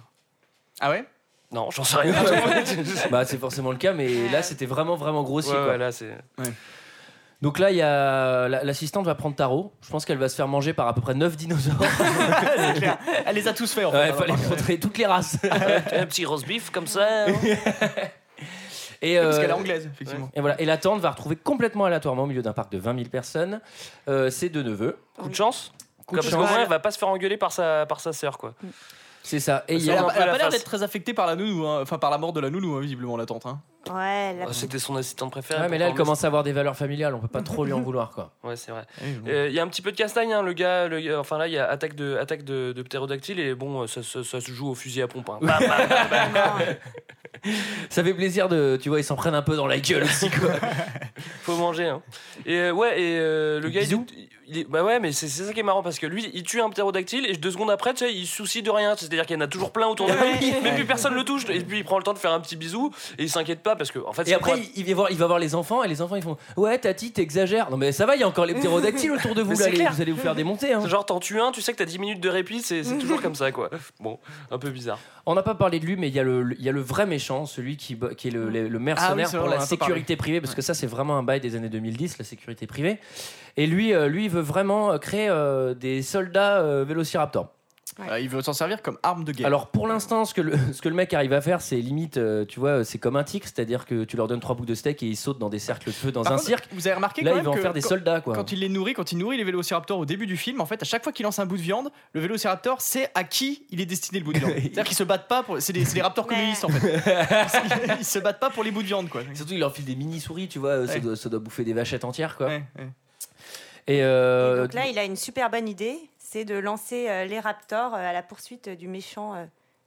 Ah ouais
Non, j'en
(laughs)
sais rien.
(laughs)
Bah c'est forcément le cas, mais là c'était vraiment vraiment grossier.
Ouais,
quoi.
ouais, là, c'est.
Donc là il y a la- l'assistante va prendre Taro. Je pense qu'elle va se faire manger par à peu près 9
(laughs)
dinosaures.
Elle les a tous fait en fait.
Ouais, il fallait montrer toutes les
(laughs)
races.
un petit roast beef comme ça. hein.
(laughs) Et,
Parce
euh,
qu'elle est anglaise, effectivement.
Et voilà, et la tante va retrouver complètement aléatoirement au milieu d'un parc de 20 000 personnes euh, ses deux neveux.
Coup de chance.
Coup de
Parce
chance.
qu'au moins, elle va pas se faire engueuler par sa, par sa sœur, quoi.
C'est ça. Et il y
Elle
a-
a,
un peu
elle a
la
pas l'air
face.
d'être très affectée par la nounou, hein. enfin par la mort de la nounou, hein, visiblement, la tante. hein.
Ouais, la
Oh, C'était son assistante préférée.
Ouais, mais là, elle
pourtant,
commence à avoir des valeurs familiales, on peut pas trop lui en vouloir, quoi.
mais- Ouais, c'est vrai. Euh, Il y a un petit peu de castagne, hein, le gars. le gars- enfin là, il y a attaque de, attaque de, de ptérodactyle et bon, euh, ça, se- ça se joue au fusil à pompe. hein.
(laughs)
Bam, bam, bam.
Ça fait plaisir de. Tu vois, ils s'en prennent un peu dans la gueule aussi, quoi. (laughs)
Faut manger. hein. Et euh, ouais, et euh, le gars, il,
Bisous.
il est- bah ouais, mais c'est c'est ça qui est marrant parce que lui, il tue un ptérodactyle et deux secondes après, tu sais, il se soucie de rien. C'est-à-dire qu'il y en a toujours plein
(laughs)
autour de lui, mais plus personne le touche. Et puis il prend le temps de faire un petit bisou et il s'inquiète pas parce que en fait,
Et
c'est
après, il, il va voir, il va voir les enfants, et les enfants, ils font Ouais, Tati, t'exagères. Non, mais ça va, il y a encore les ptérodactyles autour de vous,
(laughs)
Mais
là,
c'est
les-
clair.
vous allez vous faire démonter. Hein.
C'est genre, t'en tues un, tu sais que t'as 10 minutes de répit, c'est c'est toujours comme ça, quoi. Bon, un peu bizarre.
On n'a pas parlé de lui, mais il y, a le- le- il y a le vrai méchant, celui qui, bo- qui est le, le- le
Ah oui,
mercenaire
c'est
pour
vrai, on en
la
a pas
sécurité privée, parce que ça, c'est vraiment un bail des années 2010, la sécurité privée. Et lui, euh, lui il veut vraiment euh, créer euh, des soldats euh, vélociraptors.
Euh, il veut s'en servir comme arme de guerre.
Alors pour l'instant, ce que le (laughs) ce que le mec arrive à faire, c'est limite, euh, tu vois, c'est comme un tic, c'est-à-dire que tu leur donnes trois bouts de steak et ils sautent dans des cercles de feu dans
Par
un
contre,
cirque.
Vous avez remarqué
Là,
quand
ils
même
vont en
que
faire des
quand-
soldats, quoi.
Quand il les nourrit, quand il nourrit les vélociraptors au début du film, en fait, à chaque fois qu'il lance un bout de viande, le vélociraptor sait à qui il est destiné le bout
(laughs)
de viande. C'est-à-dire qu'ils se battent pas pour. C'est des, c'est des raptors
Ouais.
communistes en fait. Ils se battent pas pour les bouts de viande quoi.
Surtout, il leur file des mini souris, tu vois, euh, ça,
Ouais.
doit, ça doit bouffer des vachettes entières, quoi.
Ouais, ouais.
Et,
Et
euh,
donc là, il a une super bonne idée, c'est de lancer euh, les raptors euh, à la poursuite euh, du méchant euh,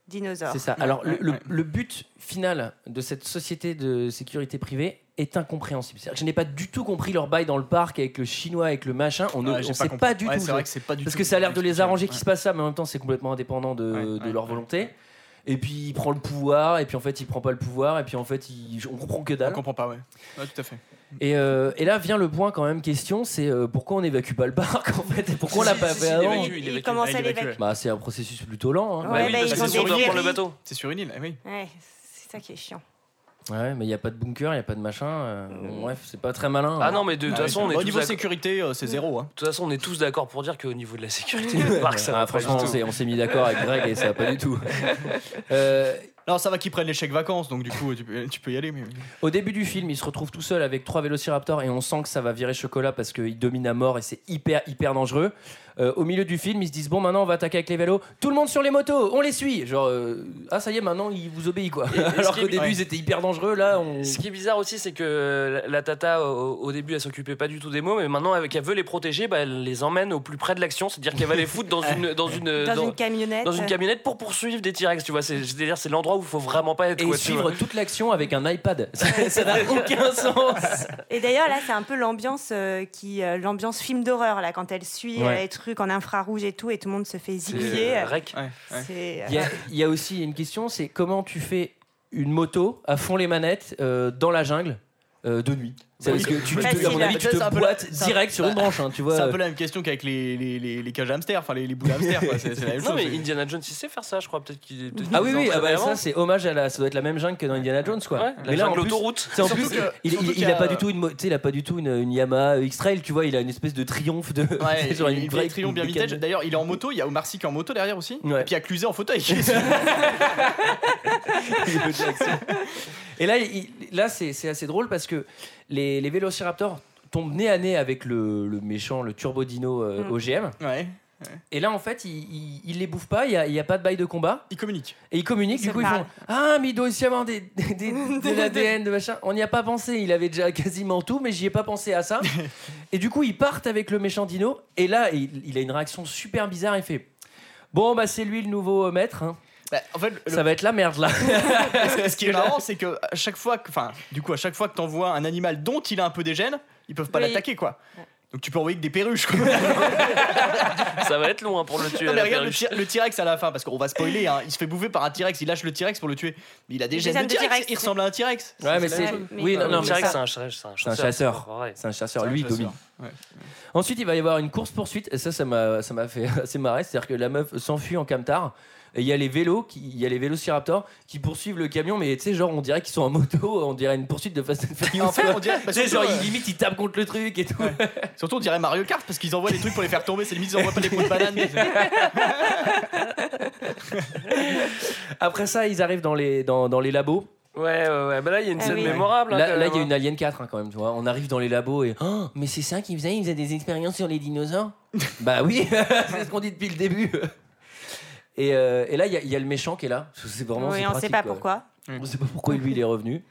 dinosaure.
c'est ça. Alors le,
ouais,
le-
ouais.
le but final de cette société de sécurité privée est incompréhensible. C'est-à-dire que je n'ai pas du tout compris leur bail dans le parc avec le chinois, avec le machin. On ne
Ouais,
on
Ah, j'ai
sait
compris.
pas du
Ouais,
tout.
C'est vrai que c'est pas du
Parce
tout
que ça a l'air de les arranger
expliqué.
qu'il se passe ça, mais en même temps, c'est complètement indépendant de,
Ouais,
de
ouais,
leur
ouais.
volonté. Et puis il prend le pouvoir, et puis en fait il prend pas le pouvoir, et puis en fait il- on comprend que
Ouais.
dalle.
On comprend pas ouais. Ouais, tout à fait.
Et, euh, et là vient le point quand même question, c'est euh, pourquoi on évacue pas le parc (laughs) en fait, et pourquoi on l'a pas
si,
fait
si, il
avant
évacue,
il
évacue.
commence
Ah,
à
il évacue,
l'évacuer.
Bah c'est un processus plutôt lent. hein.
Ouais, bah,
parce
ils
que
ont
sinon,
des
on doit prendre le
ferries.
bateau.
C'est sur une île. eh oui.
Ouais, c'est ça qui est chiant.
Ouais, mais il y a pas de bunker, il y a pas de machin. euh, Bref, c'est pas très malin.
Mmh.
(laughs)
Ah non, mais de toute
Ah,
façon, on est
Au
tous
niveau
d'accord- de
sécurité, euh, c'est zéro. hein.
toute façon, on est tous d'accord pour dire qu'au niveau de la
(laughs)
sécurité du parc, ça
Ah,
va pas
franchement,
du
on
tout.
s'est- on s'est mis d'accord avec Greg et ça va pas du
(laughs)
tout. Euh,
Alors ça va qu'ils prennent les chèques vacances, donc du coup tu peux, tu peux y aller. Mais...
Au début du film, il se retrouve tout seul avec trois vélociraptors et on sent que ça va virer chocolat parce qu'il domine à mort et c'est hyper, hyper dangereux. Euh, au milieu du film, ils se disent Bon, maintenant on va attaquer avec les vélos, tout le monde sur les motos, on les suit Genre, euh, ah ça y est, maintenant ils vous obéissent quoi. Alors
qui
qu'au
est-
début
ouais.
ils étaient hyper dangereux, là on.
Ce qui est bizarre aussi, c'est que la- la tata, au, au début, elle s'occupait pas du tout des mots, mais maintenant, avec elle veut les protéger, bah, elle les emmène au plus près de l'action, c'est-à-dire qu'elle va les foutre dans une, dans
Euh,
une,
Dans,
dans-
une camionnette. euh,
dans une camionnette pour poursuivre des T-Rex, tu vois. C'est- C'est-à-dire, c'est l'endroit où il faut vraiment pas être.
Et
quoi, tu
suivre
vois.
toute l'action avec un
(laughs)
iPad. Ça ça n'a (laughs) aucun sens
Et d'ailleurs, là, c'est un peu l'ambiance euh, qui, euh, l'ambiance film d'horreur, là, quand elle suit euh,
Ouais.
les trucs en infrarouge et tout, et tout le monde se fait
C'est, euh,
zigouiller.
rec.
Ouais, ouais.
C'est, euh,
Il y, a, il y a aussi une question c'est comment tu fais une moto à fond les manettes euh, dans la jungle euh, de nuit C'est parce que tu, tu te, à mon
Facile.
avis, tu
hein. C'est un
te
peu la-
boites
c'est un-
direct sur une branche, hein, tu vois.
C'est un peu la même question qu'avec les, les, les, les cages à hamsters, enfin les, les boules à hamsters. quoi. C'est c'est (laughs) la même
Non,
chose.
mais
c'est-
Indiana Jones, il sait faire ça, je crois. Peut-être qu'il. peut-être
Ah
qu'il
oui,
les
oui, ah
entraîne
bah,
avant.
ça c'est hommage à la. Ça doit être la même jungle que dans Indiana Jones, quoi.
Ouais, la
là, en
jungle
plus,
autoroute.
c'est en
Surtout
plus,
que-
il, il,
surtout
il a
qu'à-
pas du tout une, mo- tu sais, il a pas du tout une, une Yamaha X Trail, tu vois. Il a une espèce de triomphe de.
Ouais,
(laughs)
(laughs)
c'est genre
il,
une
il
vraie
fait triomphe bien
bécane.
vintage. D'ailleurs, il est en moto, il y a Omar Sy qui est en moto derrière aussi.
Ouais.
Et puis il y a Cluzet en (laughs) fauteuil.
(laughs) Et là, il- là, c'est c'est assez drôle parce que les, les Vélociraptors tombent nez à nez avec le, le méchant, le Turbo Dino euh,
Mm.
OGM.
ouais.
Et là, en fait, ils il, il les bouffent pas, il n'y a, il y a pas de bail de combat.
Ils communiquent.
Et ils communiquent, du
Ils se
coup, ils
parlent.
font Ah, mais il doit aussi y avoir des, des, (laughs) des- de l'ADN, de machin. On n'y a pas pensé, il avait déjà quasiment tout, mais j'y ai pas pensé à (laughs) ça. et du coup, ils partent avec le méchant Dino, et là, il, il a une réaction super bizarre, il fait Bon, bah, c'est lui le nouveau euh, maître. hein.
Bah,
Ça va être la merde, là.
(laughs) ce qui est marrant, c'est que à chaque fois que, enfin, du coup, à chaque fois que t'envoies un animal dont il a un peu des gènes, ils peuvent pas
Oui.
l'attaquer, quoi. Donc tu peux envoyer que des perruches. Quoi.
Ça va être long hein, pour le tuer.
Non,
à
mais
la
regarde le
perruche.
T- le T-Rex à la fin, parce qu'on va spoiler. hein, il se fait bouffer par un T-Rex. Il lâche le T-Rex pour le tuer. Mais il a des
Des
gènes
gènes
de
de
T-Rex.
T-Rex.
Il ressemble à un T-Rex.
Ouais, mais c'est. Oui, non, non, mais
T-Rex,
ça-
c'est un ch- c'est un
C'est un
chasseur.
chasseur.
Ouais.
C'est un chasseur.
C'est un
Lui, il
chasseur.
domine.
Ouais.
Ensuite, il va y avoir une course-poursuite. Et ça, ça m'a ça m'a fait (laughs) assez marrer. C'est-à-dire que la meuf s'enfuit en camtar. Et il y a les vélos, qui, il y a les vélociraptors qui poursuivent le camion, mais tu sais, genre, on dirait qu'ils sont en moto, on dirait une poursuite de Fast and Furious.
En fait, on dirait-
Tu sais,
surtout,
genre,
euh,
ils- limite, ils tapent contre le truc et tout.
Surtout, on dirait Mario Kart parce qu'ils envoient des trucs pour les faire tomber. C'est limite, ils envoient pas des pots de
(laughs)
banane.
Après ça, ils arrivent dans les, dans, dans les labos.
Ouais, ouais, ouais. Bah là, il y a une
Ah
scène
oui.
mémorable. hein,
Là,
quand
là,
même,
il y a
hein.
une Alien 4 hein, quand même, tu vois. On arrive dans les labos et. Oh, mais c'est ça qu'ils faisaient Ils faisaient des expériences sur les
(laughs)
dinosaures Bah oui, (laughs) c'est ce qu'on dit depuis le début. (laughs) Et, euh, et là, il y, a- il y a le méchant qui est là. C'est vraiment.
Oui,
c'est
on sait
pratique,
pas
quoi.
pourquoi.
On sait pas pourquoi lui il est revenu.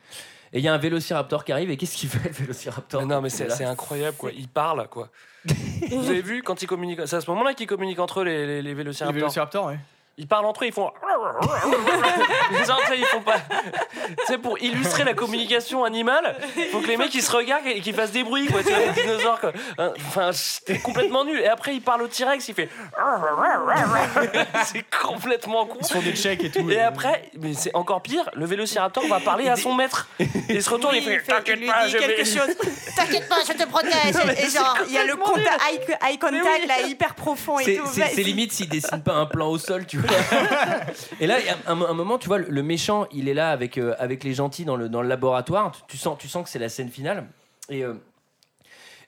Et il y a un vélociraptor qui arrive et qu'est-ce qu'il fait le vélociraptor
Non, mais c'est c'est incroyable, quoi. Ils parlent,
(laughs)
quoi. Vous avez vu quand ils communiquent. C'est à ce moment-là qu'ils communiquent entre eux, les, les, les vélociraptors.
Les vélociraptors, ouais.
Ils parlent entre eux, ils font. (laughs) Genre, tu sais, ils font pas. Tu sais, pour illustrer la communication animale, faut que les mecs ils se regardent et qu'ils fassent des bruits, quoi. Tu vois, les dinosaures, quoi. Hein, Enfin, c'était complètement nul. Et après, il parle au T-Rex, il fait. (laughs) C'est complètement con. Ils
font des checks et tout.
Et après, mais c'est encore pire, le vélociraptor va parler à son maître. Il se retourne et il fait. T'inquiète pas, je vais. (laughs)
T'inquiète pas, je te
Non, mais
protège. Et
c'est
genre, il y a le
complètement
contact, eye, eye contact là, hyper profond et
C'est-
tout.
C'est c'est limite s'il dessine pas un plan au sol,
(laughs)
tu vois. Et là, il y a un, un moment, tu vois, le, le méchant, il est là avec, euh, avec les gentils dans le, dans le laboratoire. Tu, tu sens, tu sens que c'est la scène finale. Et, euh,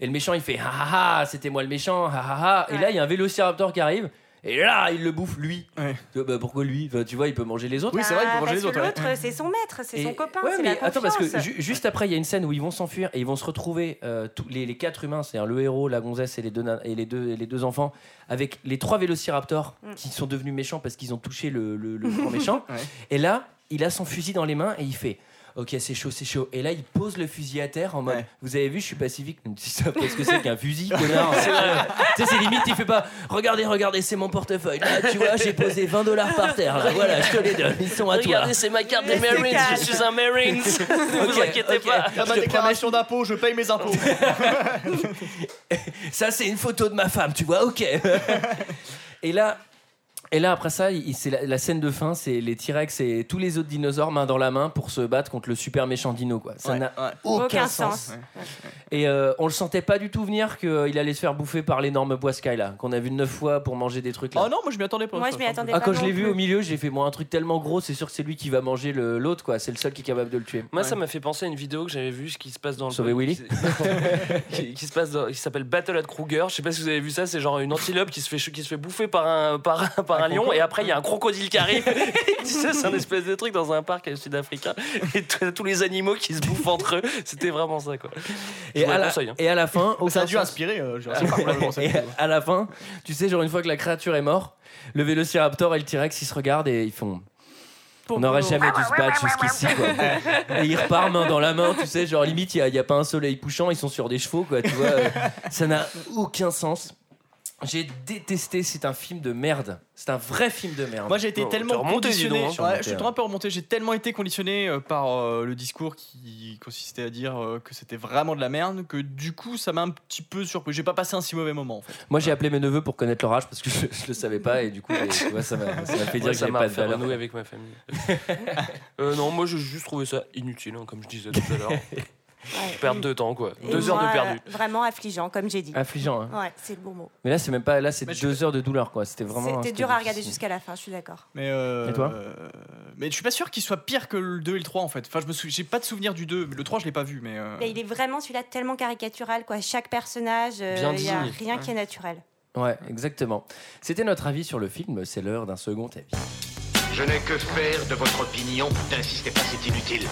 et le méchant, il fait Ah ah ah, c'était moi le méchant, ah ah ah. Et là, il y a un vélociraptor qui arrive. Et là, il le bouffe lui. Tu vois, bah, pourquoi lui Enfin, Tu vois, il peut manger les autres.
Ah, parce que L'autre, c'est son maître, c'est son
Et-
copain.
ouais,
c'est
mais
la
attends, parce que
confiance.
ju- juste après, il y a une scène où ils vont s'enfuir et ils vont se retrouver, euh, tous les, les quatre humains, c'est-à-dire le héros, la gonzesse et les deux, nan- et les deux, et les deux enfants, avec les trois vélociraptors
Mm.
qui sont devenus méchants parce qu'ils ont touché le, le- le
(laughs)
grand méchant.
Ouais.
Et là, il a son fusil dans les mains et il fait. Ok, c'est chaud, c'est chaud. Et là, il pose le fusil à terre en mode Vous avez vu, je suis pacifique. Ils me disent, Ça, Qu'est-ce que c'est qu'un
(laughs)
fusil, connard
C'est vrai.
Tu sais, c'est limite, il fait pas Regardez, regardez, c'est mon portefeuille. Là, tu vois, j'ai posé 20 dollars par terre. Là, voilà, je te les donne. Ils sont à toi.
Regardez, c'est ma carte des Marines, je suis un Marine. Ne vous inquiétez pas.
Ah, ma déclaration d'impôt, je paye mes impôts.
Ça, c'est une photo de ma femme, tu vois, ok. et là. Et là, après ça, il- c'est la, la scène de fin, c'est les T-Rex et tous les autres dinosaures main dans la main pour se battre contre le super méchant dino. Quoi. (laughs) Ça
Ouais, Oh
n'a
ouais.
aucun,
Aucun
sens.
sens.
Et euh, on le sentait pas du tout venir qu'il allait se faire bouffer par l'énorme boiscaille là, qu'on a vu neuf fois pour manger des trucs là.
Oh non, moi je m'y attendais pas.
Moi, je m'y attendais
Ah,
pas
quand je
non
l'ai vu
plus.
au milieu, j'ai fait moi un truc tellement gros, c'est sûr que c'est lui qui va manger le- l'autre quoi. C'est le seul qui est capable de le tuer.
Moi, ça m'a fait penser à une vidéo que j'avais vue, ce qui se passe dans le.
Sauver Willy
(laughs) qui, qui se passe dans- qui s'appelle Battle at Kruger. Je sais pas si vous avez vu ça, c'est genre une antilope qui se fait, ch- qui se fait bouffer par un, par, un- par un, lion
crocodile.
et après il y a un crocodile qui arrive. (laughs) tu sais, c'est un espèce de truc dans un parc euh, sud-africain et t- tous les animaux qui se bouffent entre eux. C'était vraiment ça quoi. Je
Et
vous
à,
le
la,
conseille, hein.
et à la fin,
Ça a dû
inspirer. euh,
et à la fin, tu sais, genre une fois que la créature est morte, le Vélociraptor et le T-Rex ils se regardent et ils font. On n'aurait jamais dû se battre jusqu'ici. quoi. Et ils repartent main dans la main, tu sais, genre limite il n'y a, pas un soleil couchant, ils sont sur des chevaux, quoi. Tu vois, euh, ça n'a aucun sens. J'ai détesté. C'est un film de merde. C'est un vrai film de merde.
Moi j'ai été
Oh,
tellement
t'es remonté, dis
conditionné.
donc, hein.
Ouais,
Remonté,
je suis
ouais.
un peu remonté. J'ai tellement été conditionné euh, par euh, le discours qui consistait à dire euh, que c'était vraiment de la merde que du coup ça m'a un petit peu surpris. J'ai pas passé un si mauvais moment en fait.
Moi, j'ai appelé mes neveux pour connaître leur âge parce que je, je le savais pas et du coup, et, tu vois, ça m'a ça m'a fait dire
Ouais,
que
ça
j'avais
m'a
pas de
fait
valeur.
renouer avec ma famille. (laughs) Euh, non, moi j'ai juste trouvé ça inutile, hein, comme je disais tout à l'heure. Perdre de temps quoi.
Et
Deux heures
moi,
de perdu.
euh, Vraiment affligeant, comme j'ai dit.
Affligeant, hein.
Ouais, c'est le bon mot.
Mais là, c'est même pas. Là, c'est deux heures de douleur, quoi. C'était vraiment.
C'était
hein,
dur à regarder
difficile.
jusqu'à la fin, je suis d'accord.
Mais euh,
Et toi
euh, mais je suis pas sûr qu'il soit pire que le 2 et le 3 en fait. Enfin, je me souviens, j'ai pas de souvenir du 2, mais le 3 je l'ai pas vu mais euh,
Mais il est vraiment celui-là tellement caricatural, quoi. Chaque personnage, euh,
Bien
il n'y a
dit.
rien qui est naturel.
Ouais, exactement. C'était notre avis sur le film. C'est l'heure d'un second avis.
Je n'ai que faire de votre opinion. N'insistez pas, c'est inutile.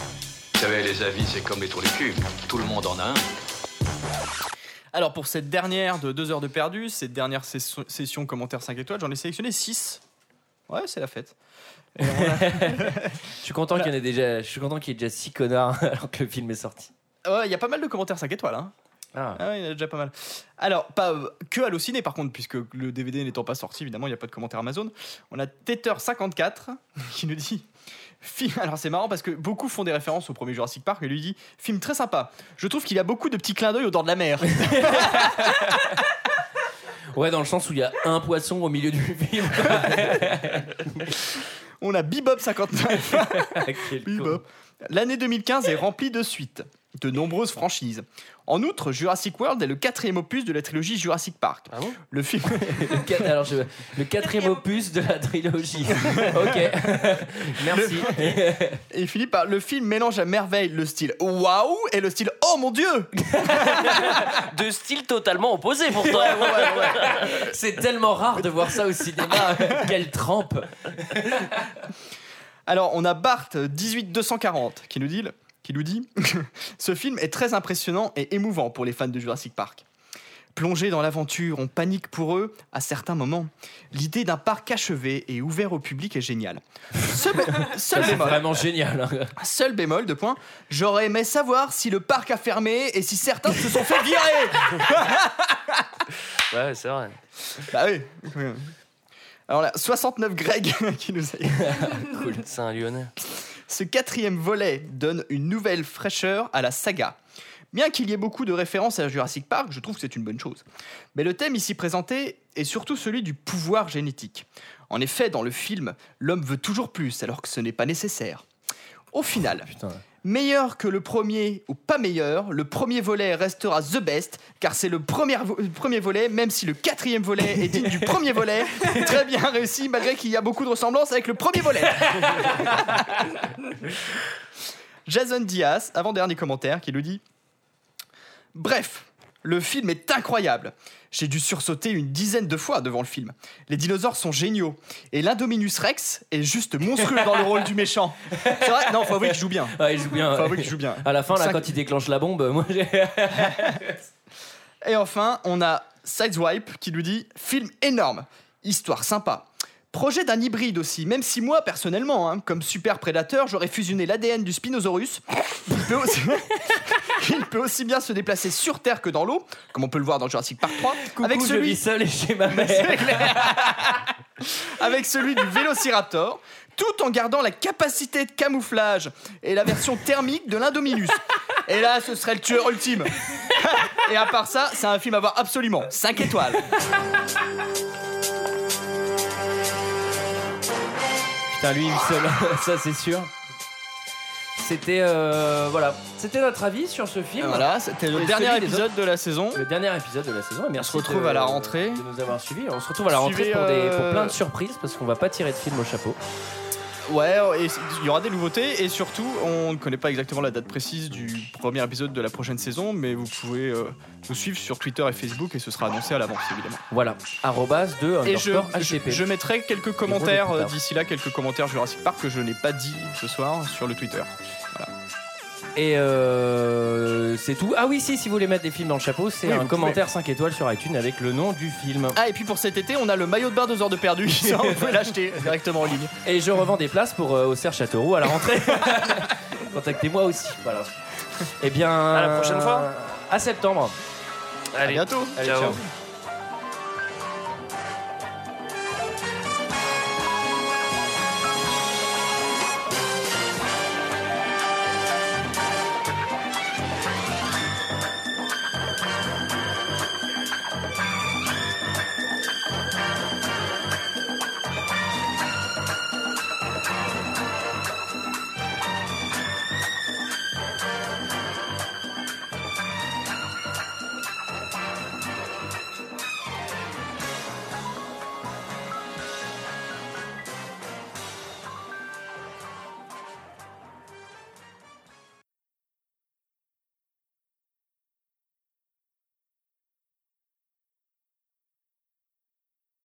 Vous savez, les avis, c'est comme les trous du cul. Tout le monde en a un.
Alors pour cette dernière de 2 heures de perdu, cette dernière session, session commentaire 5 étoiles, j'en ai sélectionné 6. Ouais, c'est la fête. Et on a-
Je suis content qu'il y en ait déjà. Je suis content qu'il y ait déjà six connards (laughs) alors que le film est sorti.
Ouais, il y a pas mal de commentaires 5 étoiles. Hein.
Ah.
ouais, il y en a déjà pas mal. Alors, pas euh, que Allociné par contre, puisque le DVD n'étant pas sorti, évidemment, il n'y a pas de commentaires Amazon. On a Tether54 (laughs) qui nous dit. Film... Alors c'est marrant parce que beaucoup font des références au premier Jurassic Park et lui dit film très sympa. Je trouve qu'il y a beaucoup de petits clins d'œil au dents de la
(laughs)
mer.
Ouais, dans le sens où il y a un poisson au milieu du (laughs) film.
On a Bebop
(laughs)
59.
Ah, Quel con.
Bebop. L'année 2015 est remplie de suites, de nombreuses franchises. En outre, Jurassic World est le quatrième opus de la trilogie Jurassic Park.
Ah bon
le film, (laughs)
Le quat- Alors, je- le quatrième opus de la trilogie.
(laughs)
ok. Merci. (laughs)
et Philippe, par- le film mélange à merveille le style waouh et le style oh mon dieu.
De style totalement opposé pourtant.
C'est tellement rare de voir ça au cinéma. euh, Quelle trempe.
Alors on a Bart 18240 qui nous dit, le- qui nous dit, (laughs) ce film est très impressionnant et émouvant pour les fans de Jurassic Park. Plongés dans l'aventure, on panique pour eux à certains moments. L'idée d'un parc achevé et ouvert au public est géniale. Seul, bé-
Ça,
seul
C'est
bémol-
vraiment génial. hein.
Seul bémol de point, j'aurais aimé savoir si le parc a fermé et si certains se sont fait virer.
Ouais, c'est vrai.
bah oui. Alors là, 69 Greg (laughs) qui nous a.
Cool. C'est un lyonnais.
Ce quatrième volet donne une nouvelle fraîcheur à la saga. Bien qu'il y ait beaucoup de références à Jurassic Park, je trouve que c'est une bonne chose. Mais le thème ici présenté est surtout celui du pouvoir génétique. En effet, dans le film, l'homme veut toujours plus alors que ce n'est pas nécessaire. Au final,
Putain.
Meilleur que le premier ou pas meilleur, le premier volet restera the best car c'est le premier, vo- le premier volet, même si le quatrième volet est digne du premier volet. Très bien réussi malgré qu'il y a beaucoup de ressemblances avec le premier volet. Jason Diaz, avant-dernier commentaire, qui nous dit Bref, le film est incroyable. J'ai dû sursauter une dizaine de fois devant le film. Les dinosaures sont géniaux. Et l'Indominus Rex est juste monstrueux dans le rôle du méchant. C'est vrai Non, faut avouer qu'il joue bien.
Ah, il joue bien.
Faut
ouais.
avouer qu'il joue bien.
À la fin, là,
Cinq-
quand il déclenche la bombe, moi j'ai.
Et enfin, on a Sideswipe qui nous dit film énorme, histoire sympa. Projet d'un hybride aussi, même si moi, personnellement, hein, comme super prédateur, j'aurais fusionné l'ADN du Spinosaurus. Il peut, aussi... (laughs) Il peut aussi bien se déplacer sur Terre que dans l'eau, comme on peut le voir dans Jurassic Park 3, avec,
Coucou, je vis
celui...
seul et chez ma mère.
(laughs) avec celui du Vélociraptor, tout en gardant la capacité de camouflage et la version thermique de l'Indominus. Et là, ce serait le tueur ultime. Et à part ça, c'est un film à voir absolument. 5 étoiles.
Putain, lui, il me seul. (laughs) ça, c'est sûr. C'était euh, voilà, c'était notre avis sur ce film.
Voilà, c'était le
Et
dernier
celui des
épisode de la saison.
Le dernier épisode de la saison. Et merci
se retrouve
de-
à la rentrée.
De nous avoir suivis. On se retrouve à la rentrée
Suivez,
pour, des, pour
euh,
plein de surprises parce qu'on va pas tirer de film au chapeau.
Ouais, oh, et c- il y aura des nouveautés et surtout, on ne connaît pas exactement la date précise du premier épisode de la prochaine saison, mais vous pouvez euh, nous suivre sur Twitter et Facebook et ce sera annoncé à l'avance évidemment.
Voilà. Arrobas de
Et je,
underscore
je,
HTP.
je mettrai quelques
Ils
commentaires
vont les plus
euh,
tard.
d'ici là, quelques commentaires Jurassic Park que je n'ai pas dit ce soir sur le Twitter.
Et euh, c'est tout. Ah oui, si, si vous voulez mettre des films dans le chapeau, c'est
Oui,
un
vous
commentaire 5 étoiles sur iTunes avec le nom du film.
Ah, et puis pour cet été, on a le maillot de bain 2 heures de (laughs) perdu, ça on peut l'acheter directement en ligne.
Et je revends des places pour euh, au Serre Châteauroux à la
(laughs)
rentrée. Contactez-moi aussi. Voilà. Eh bien. euh,
la prochaine fois.
À septembre.
À bientôt!
Allez,
Ciao.
ciao.